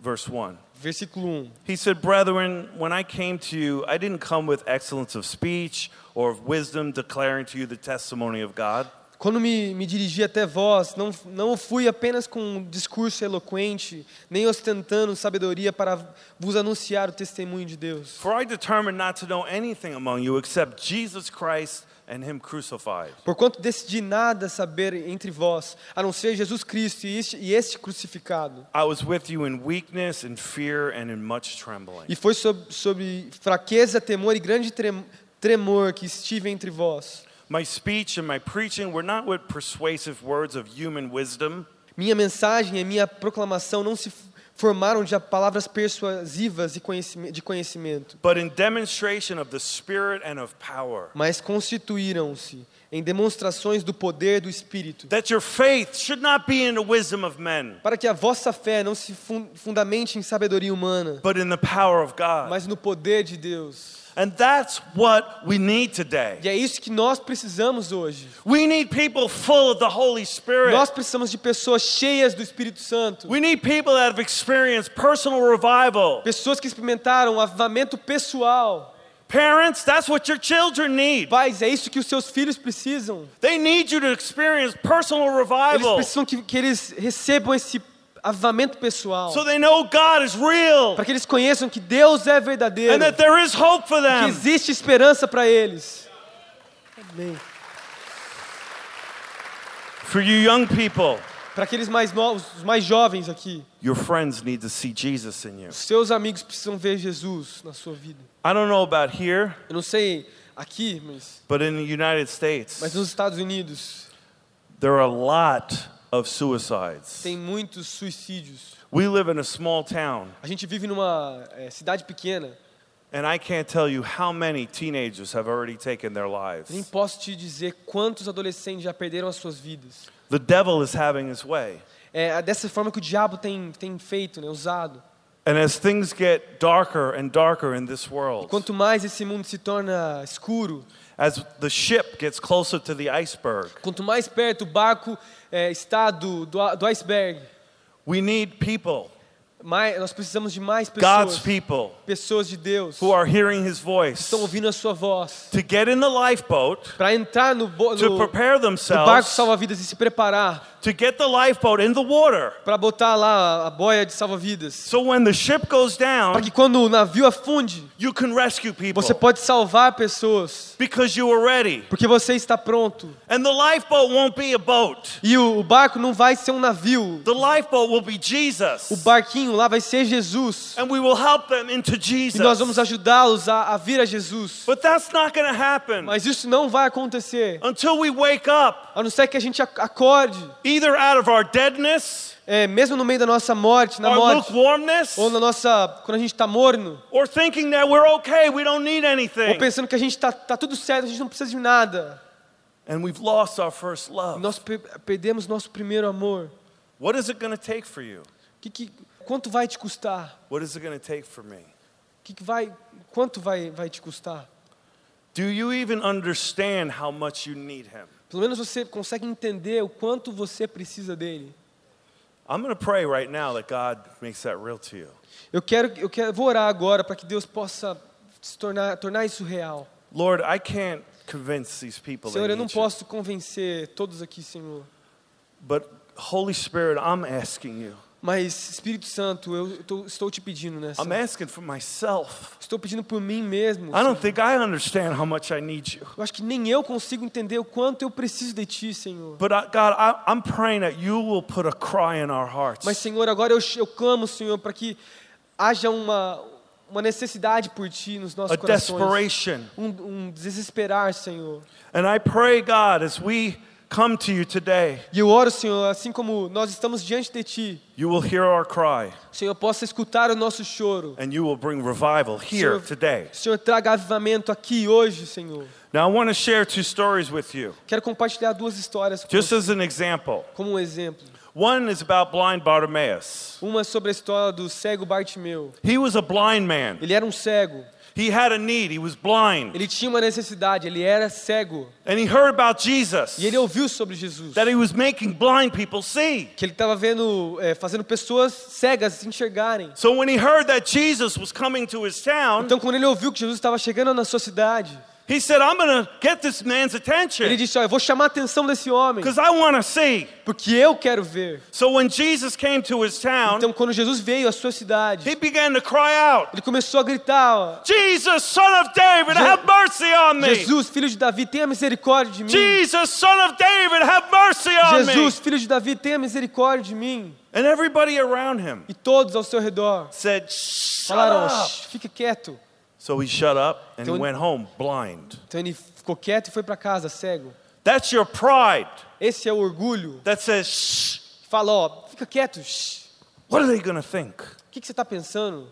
verse 1.
Versículo 1.
He said, Brethren, when I came to you, I didn't come with excellence of speech or of wisdom declaring to you the testimony of God.
Quando me, me dirigi até vós, não, não fui apenas com um discurso eloquente, nem ostentando sabedoria para vos anunciar o testemunho de Deus.
For I determined not to know anything among you except Jesus Christ and Him crucified.
Porquanto decidi nada saber entre vós, a não ser Jesus Cristo e este, e este crucificado.
I was with you in weakness, in fear, and in much
E
trembling.
foi sob- sobre fraqueza, temor e grande trem- tremor que estive entre vós.
My speech and my preaching were not with persuasive words of human wisdom,
Minha mensagem e minha proclamação não se f- formaram de palavras persuasivas e conhecime- de conhecimento,
but in demonstration of the Spirit and of power,
mas constituíram-se em demonstrações do poder do Espírito,
that your faith should not be in the wisdom of men,
para que a vossa fé não se fun- fundamente em sabedoria humana,
but in the power of God.
mas no poder de Deus.
And that's what we need today.
E é isso que nós precisamos hoje.
We need people full of the Holy Spirit.
Nós precisamos de pessoas cheias do Espírito Santo.
we need people that have experienced personal revival.
Pessoas que experimentaram avivamento pessoal.
Parents, that's what your children need.
Pais, é isso que os seus filhos precisam.
They need you to experience personal
Eles
revival
precisam que, que eles recebam esse avivamento pessoal.
so they know God is real
Para que eles conheçam que Deus é
and
verdadeiro.
that there is hope for
Que
them.
existe esperança para eles. Amém.
For you young people,
Para aqueles mais novos, os mais jovens aqui.
your friends need to see Jesus in you.
Os seus amigos precisam ver Jesus na sua vida.
I don't know about here,
Eu não sei aqui, mas,
but in the United
mas
States,
nos Estados Unidos
there are a lot of suicides.
tem muitos suicídios.
We live in a small town.
A gente vive numa eh, cidade pequena.
And I can't tell you how many teenagers have already taken their
Nem
lives.
posso te dizer quantos adolescentes já perderam as suas vidas.
The devil is having his way.
É dessa forma que o diabo tem, tem feito, né, usado.
And as things get darker and darker in this world,
Quanto mais esse mundo se torna escuro,
as the ship gets closer to the iceberg,
quanto mais perto o barco é, está do, do, a- do iceberg,
we need people,
mais, nós precisamos de mais
God's
pessoas,
people,
pessoas de Deus,
who
que
are hearing his voice
estão ouvindo a sua voz,
to get in the lifeboat,
para entrar no, bo-
to
no, no
prepare
barco
themselves,
salva-vidas e se preparar,
to get the lifeboat in the water.
para botar lá a boia de salva-vidas,
So when the ship goes
para
down,
que quando o navio afunde,
you can rescue people
você pode salvar pessoas,
because you were ready.
porque você está pronto.
And the lifeboat won't be a boat.
E o, o barco não vai ser um navio.
The lifeboat will be
O
Jesus.
barquinho lá vai ser Jesus.
And we will help them into
E nós vamos
Jesus.
ajudá-los a, a vir a Jesus.
But that's not going to happen
Mas isso não vai acontecer.
until we wake up,
A não ser que a gente ac- acorde,
either out of our deadness,
é, mesmo no meio da nossa morte, na
our
morte,
lukewarmness,
ou na nossa. quando a gente está morno,
or thinking that we're okay, we don't need
ou
anything.
pensando que a gente está tá tudo certo, a gente não precisa de nada.
And we've lost our first love.
Nós pe- perdemos nosso primeiro amor.
What is it going to take for you?
Que, que, quanto vai te custar?
What is it going to take for me?
Que, que vai, quanto vai, vai te custar?
Do you even understand how much you need Him?
Pelo menos você consegue entender o quanto você precisa dele.
I'm going to pray right now that God makes that real to you.
Eu quero, eu quero, vou orar agora para que Deus possa se tornar, tornar isso real.
Lord, I can't convince these people. they
Senhor, eu não
need you.
posso convencer todos aqui, Senhor.
But Holy Spirit, I'm asking you.
Mas, Espírito Santo, eu tô- estou te pedindo nessa.
I'm asking for myself.
Estou pedindo por mim mesmo.
I don't
Senhor.
think I understand how much I need you.
Eu acho que nem eu consigo entender o quanto eu preciso de Ti, Senhor.
But I, God, I, I'm praying that you will put a cry in our hearts.
Mas, Senhor, agora eu, eu clamo, Senhor, para que haja uma, uma necessidade por Ti nos nossos
a
corações.
desperation.
Um, um desesperar, Senhor.
And I pray, God, as we come to you today,
E eu oro, Senhor, assim como nós estamos diante de Ti,
you will hear our cry
Senhor, possa escutar o nosso choro.
and you will bring revival here
Senhor,
today.
Senhor, traga avivamento aqui hoje, Senhor.
Now, I want to share two stories with you,
Quero compartilhar duas histórias com
just as an example.
como um exemplo.
One is about blind Bartimaeus.
Uma é sobre a história do cego Bartimeu.
He was a blind man,
Ele era um cego.
he had a need, he was blind.
Ele tinha uma necessidade. Ele era cego.
And he heard about Jesus,
E ele ouviu sobre Jesus.
that he was making blind people see.
Que ele estava vendo, é, fazendo pessoas cegas se enxergarem.
So when he heard that Jesus was coming to his town,
Então, quando ele ouviu que Jesus estava chegando na sua cidade,
he said, I'm going to get this man's
ele
attention
disse: Ó, eu vou chamar a atenção desse homem,
because I want to see.
porque eu quero ver.
So when Jesus came to his town,
Então, quando Jesus veio à sua cidade,
he began to cry out,
ele começou a gritar: ó,
Jesus, son of David, have mercy on me.
Jesus, filho de Davi, tenha misericórdia de mim.
Jesus, son of David, have mercy on me.
Jesus, filho de Davi, tenha misericórdia de mim.
And everybody around him
E todos ao seu redor
said, Shut
falaram:
up.
"Shh, fica quieto.
So he shut up and he
Então-
went home blind.
Então ele ficou quieto e foi para casa, cego.
That's your pride
Esse é o orgulho.
that says, Shh,
Fala, ó, fica quieto. shh.
what are they going to think?
O que, que você está pensando?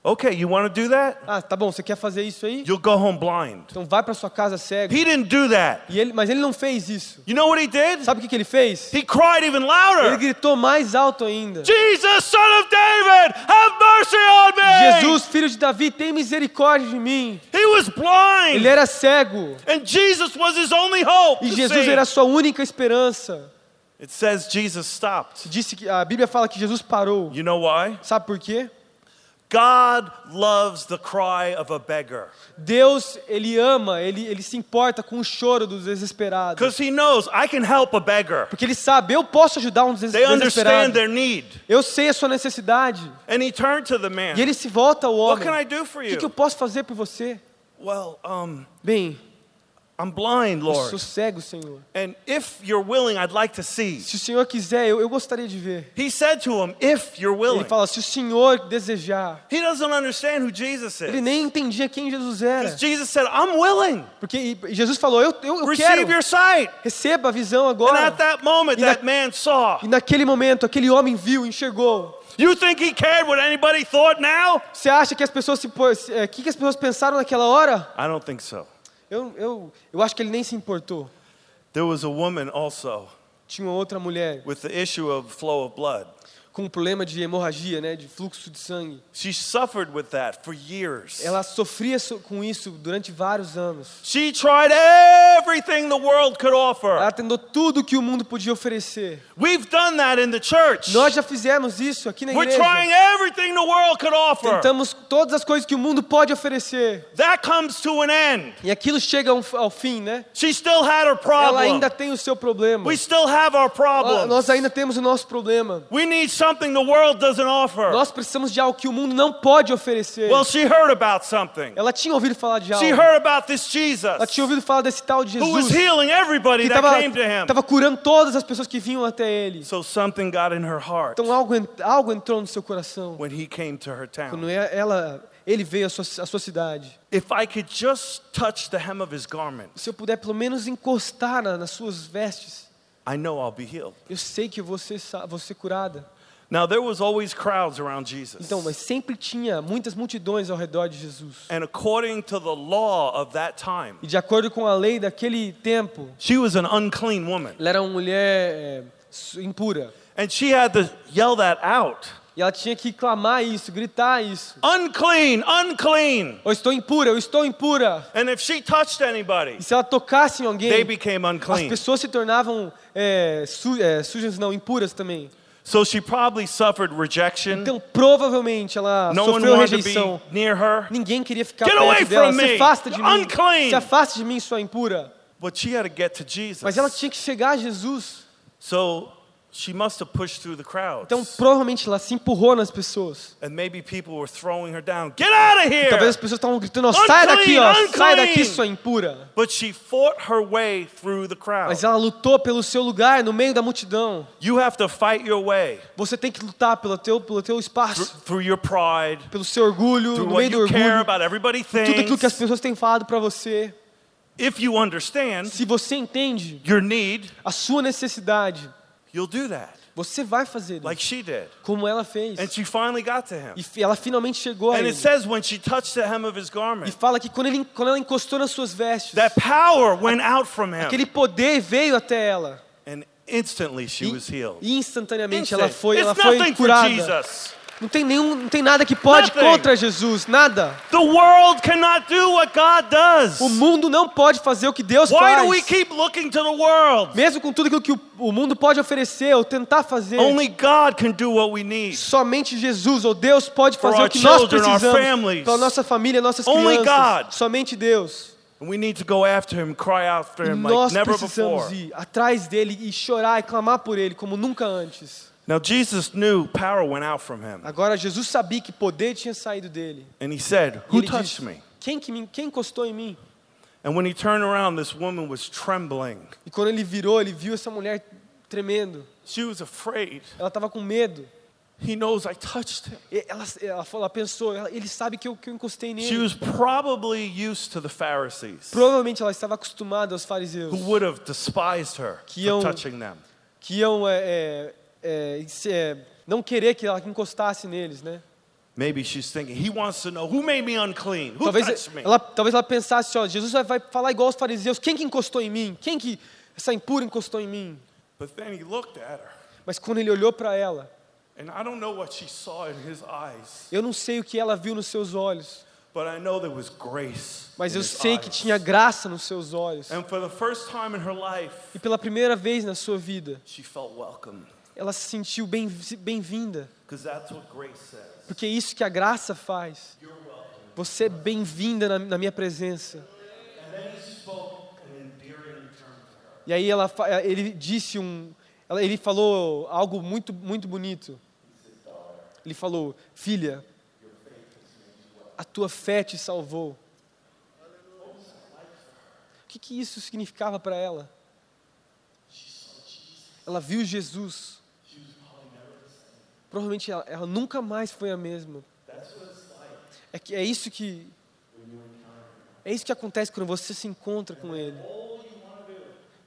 Okay, you want to do that?
Ah, tá bom, você quer fazer isso aí?
You'll go home blind.
Então vai para sua casa cego.
He didn't do that.
E ele, mas ele não fez isso.
You know what he did?
Sabe o que, que ele fez?
He cried even
Ele
louder.
gritou mais alto ainda.
Jesus, son of David, have mercy on me.
Jesus, filho de Davi, tem misericórdia de mim.
He was
Ele
blind,
era cego.
and Jesus was his only hope.
E
to
Jesus
see.
era a sua única esperança.
It says Jesus stopped.
Disse que a Bíblia fala que Jesus parou.
You know why?
Sabe por quê?
God loves the cry of a beggar
Deus, ele ama, ele, ele se importa com o choro do desesperado.
because he knows I can help a beggar.
Porque ele sabe, eu posso ajudar um des
They understand
desesperado.
their need.
Eu sei a sua necessidade.
And he turned to the
E
man.
ele se volta ao
What
homem.
can I do for
O que, que eu
you?
posso fazer por você?
Well, um,
Bem,
I'm blind,
eu sou
Lord.
cego, Senhor.
And if you're willing, I'd like to see.
Se o Senhor quiser, eu, eu gostaria de ver.
He said to him, If you're
Ele
willing.
fala, se o Senhor desejar.
He doesn't understand who Jesus
Ele
is.
nem entendia quem Jesus era.
Because Jesus said, I'm willing.
Porque e- e Jesus falou, eu, eu, eu
Receive
quero.
your sight.
Receba a visão
And
agora.
at that moment,
E na-
that man saw.
E naquele momento, aquele homem viu, enxergou.
You think he cared what anybody thought now?
Você acha que as pessoas se... pô- se- é, O que, que as pessoas pensaram naquela hora?
I don't think so.
Eu, eu, eu acho que ele nem se importou.
There was a woman also
Tinha uma outra mulher
with the issue of flow of blood.
com um problema de hemorragia, né, de fluxo de sangue.
She suffered with that for years.
Ela sofria so- com isso durante vários anos.
She tried everything the world could
Ela
offer.
atendeu tudo que o mundo podia oferecer.
We've done that in the church.
Nós já fizemos isso aqui na
We're
igreja.
trying everything the world could offer.
Tentamos todas as coisas que o mundo pode oferecer.
That comes to an end.
E aquilo chega a um- ao fim, né?
She still had her
Ela
problem.
ainda tem o seu problema.
We still have our
Ela-
problems.
Nós ainda temos o nosso problema.
We need something the world doesn't offer.
Nós precisamos de algo que o mundo não pode oferecer.
Well, she heard about something.
Ela tinha ouvido falar de
She
algo.
heard about this
Ela
Jesus
tinha ouvido falar desse tal de
who was
Jesus.
healing everybody
que
that
tava,
came to him.
tava curando todas as pessoas que vinham até ele.
So something got in her heart
Então algo, en- algo entrou no seu coração
when he came to her
quando
town.
e- ela, ele veio à sua, à sua cidade.
If I could just touch the hem of his garment,
Se eu puder pelo menos encostar na- nas suas vestes,
I know I'll be healed.
eu sei que eu vou ser, sa- vou ser curada.
Now, there was always crowds around Jesus.
Então, mas sempre tinha muitas multidões ao redor de Jesus.
And according to the law of that time,
E de acordo com a lei daquele tempo,
she was an unclean woman.
ela era uma mulher é, su- impura.
And she had to yell that out
E ela tinha que clamar isso, gritar isso.
unclean, unclean.
Eu estou impura, eu estou impura.
And if she touched anybody,
E se ela tocasse em
they
alguém,
became
As
unclean.
pessoas se tornavam é, su- é, sujas, não, impuras também.
So she probably suffered rejection.
Então, provavelmente, ela
No one
sofreu
wanted to be
rejeição.
near her.
Ninguém queria ficar
Get away
perto dela.
from me.
Se afasta de mim.
Unclean.
Se afasta de mim, sua impura.
But she had to get to Jesus.
Mas ela tinha que chegar a Jesus.
So she must have pushed through the crowds.
Então, provavelmente, ela se empurrou nas pessoas.
and maybe people were throwing her down. Get out of here!
Talvez as pessoas estavam gritando, ó, sai
Unclean,
daqui, ó,
unclean.
sai daqui, sua impura.
But she fought her way through the crowd.
Mas ela lutou pelo seu lugar no meio da multidão.
You have to fight your way
Você tem que lutar pelo teu, pelo teu
thr-
espaço,
through your pride,
pelo seu orgulho,
through
no
what
meio
you
do
care
orgulho,
about everybody
tudo aquilo que as
thinks.
pessoas têm falado pra você.
If you understand
Se você entende
your need,
a sua necessidade,
you'll do that,
você vai fazer
like
isso,
she did.
como ela fez.
And she finally got to him.
E fi- ela finalmente chegou a
And it
ele.
says when she touched the hem of his
E
garment,
fala que quando, ele, quando ela encostou nas suas vestes,
that power went out from him,
aquele poder veio até ela.
and instantly she
E,
was healed.
e instantaneamente ela
Instant.
foi, ela
It's nothing
foi
for
curada.
Jesus.
Não tem nenhum, não tem nada que pode
Nothing.
contra Jesus, nada.
The world cannot do what God does.
O mundo não pode fazer o que Deus
Why do we
faz.
keep looking to the world?
Mesmo com tudo aquilo que o, o mundo pode oferecer ou tentar fazer,
Only God can do what we need.
somente Jesus ou Deus pode
For
fazer
our
o que nós
children, our
precisamos
families.
pela nossa família, nossas
Only
crianças.
God.
Somente Deus.
And we need to go after him, cry out for
E
him like
nós
never
precisamos
before.
ir atrás dele e chorar e clamar por ele como nunca antes.
Now Jesus knew power went out from him.
Agora Jesus sabia que poder tinha saído dele.
And he said,
E
Who
ele
touched
disse,
me?
Quem que me, quem encostou em mim?
And when he turned around, this woman was trembling.
E quando ele virou, ele viu essa mulher tremendo.
She was afraid.
Ela estava com medo.
He knows I touched him.
E Ela, ela, falou- ela pensou, ela- ele sabe que eu, que eu encostei
She
nele.
was probably used to the Pharisees
Provavelmente ela estava acostumada aos
who
fariseus,
would have despised her
Que
for
iam-
touching them.
que iam é, é, é, se- é, não querer que ela encostasse neles, né?
Maybe she's thinking, He wants to know who made me unclean? Who
Talvez
touched me?
ela, talvez ela pensasse, ó, Jesus vai, vai falar igual aos fariseus, quem que encostou em mim? Quem que essa impura encostou em mim?
But then he looked at her.
Mas quando ele olhou para ela,
And I don't know what she saw in his eyes,
eu não sei o que ela viu nos seus olhos,
but I know there was grace.
mas
in
eu
his
sei que
eyes.
tinha graça nos seus olhos.
And for the first time in her life,
E pela primeira vez na sua vida,
she felt welcome,
ela se sentiu bem- bem-vinda.
because that's what grace says.
Porque é isso que a graça faz. Você é bem-vinda na, na minha presença. E aí ela, fa- eh, ele disse um, ela- ele falou algo muito muito bonito. Ele falou, filha, a tua fé te salvou. O que, que isso significava para ela? Ela viu Jesus. Provavelmente ela, ela nunca mais foi a mesma. É, que, é isso que. É isso que acontece quando você se encontra com Ele.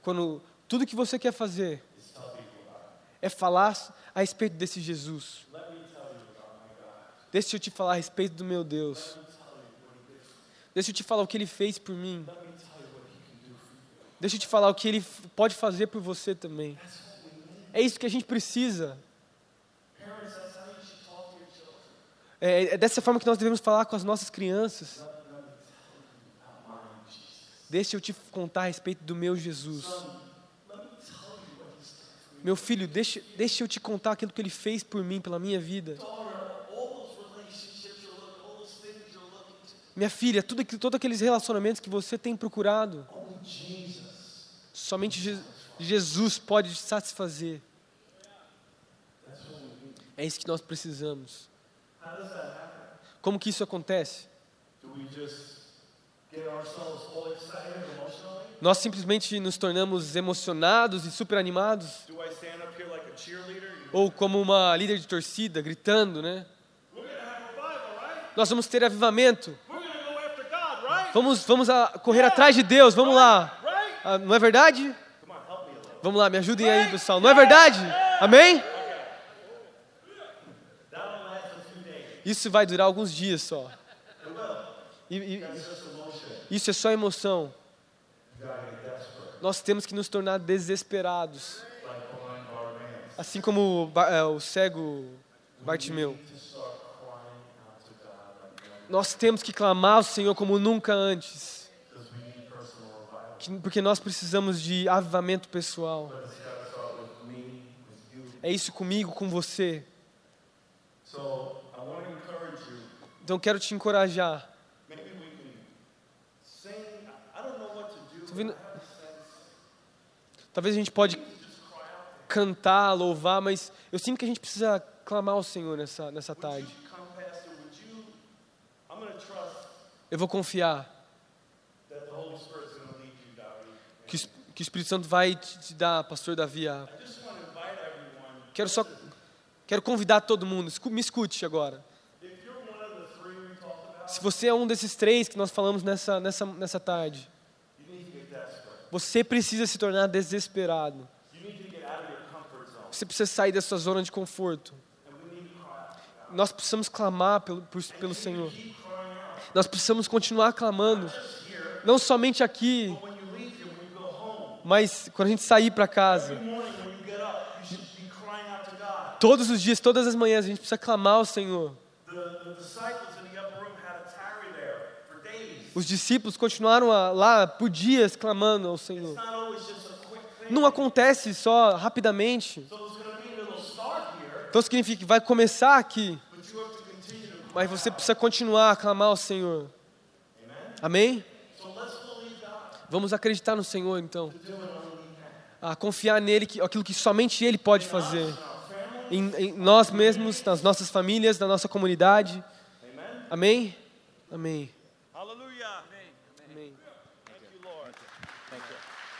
Quando tudo que você quer fazer é falar a respeito desse Jesus. Deixa eu te falar a respeito do meu Deus. Deixa eu te falar o que Ele fez por mim. Deixa eu te falar o que Ele f- pode fazer por você também. É isso que a gente precisa. É, é dessa forma que nós devemos falar com as nossas crianças. Deixa eu te contar a respeito do meu Jesus. Meu filho, deixa, deixa eu te contar aquilo que ele fez por mim, pela minha vida. Minha filha, tudo, aquilo- todos aqueles relacionamentos que você tem procurado, somente Je- Jesus pode te satisfazer. É isso que nós precisamos. Como que isso acontece? Nós simplesmente nos tornamos emocionados e super animados?
Do I stand up here like a cheerleader?
Ou como uma líder de torcida, gritando, né?
We're going to have revival, right?
Nós vamos ter avivamento.
We're going to go after God, right?
Vamos, vamos a- correr atrás de Deus, vamos lá.
Right?
Ah, não é verdade?
Come on, help me a little.
Vamos lá, me ajudem aí, pessoal. Não é verdade? Amém?
That'll last a few days.
Isso vai durar alguns dias só. E- e- isso é só emoção. Nós temos que nos tornar desesperados. Assim como o, Ba- é, o cego Bartimeu. Nós temos que clamar ao Senhor como nunca antes. Que- Porque nós precisamos de avivamento pessoal. É isso comigo, com você.
So I want to encourage you.
Então quero te encorajar.
Maybe we can sing. I- I don't know what to do.
Tô vendo- Talvez a gente pode cantar, louvar, mas eu sinto que a gente precisa clamar ao Senhor nessa, nessa
Would
tarde.
you come, Pastor? Would you? I'm going to trust
Eu vou confiar
that the Holy Spirit's going to lead you, Dowdy.
que, o Es- que o Espírito Santo vai te, te dar, pastor Davi. a-
I just want to invite everyone.
Quero só quero convidar todo mundo, escu- me escute agora.
If you're one of the three we talked about,
Se você é um desses três que nós falamos nessa, nessa, nessa tarde,
you need to get desperate.
você precisa se tornar desesperado.
You need to get out of your comfort zone.
Você precisa sair da sua zona de conforto.
And we need to cry out.
Nós precisamos clamar pelo, por- pelo Senhor.
Keep crying out.
Nós precisamos continuar clamando. Não somente aqui,
When you leave here, when you go home,
mas quando a gente sair para casa.
every morning when you get up, you should be crying out to God.
Todos os dias, todas as manhãs, a gente precisa clamar ao Senhor.
The, the disciples in the upper room had a tarry there for days.
Os discípulos continuaram a- lá por dias clamando ao
It's
Senhor.
not always just a quick thing.
Não acontece só rapidamente.
So there's going to be a little start here,
Então significa que vai começar aqui,
but you have to continue to
mas você precisa continuar a clamar ao Senhor. Amém?
So let's believe God.
Vamos acreditar no Senhor então. A confiar nele, que, aquilo que somente Ele pode fazer. Em, em nós mesmos, nas nossas famílias, na nossa comunidade. Amém? Amém.
Hallelujah. Amen.
Amém.
Thank you, Lord. Thank you.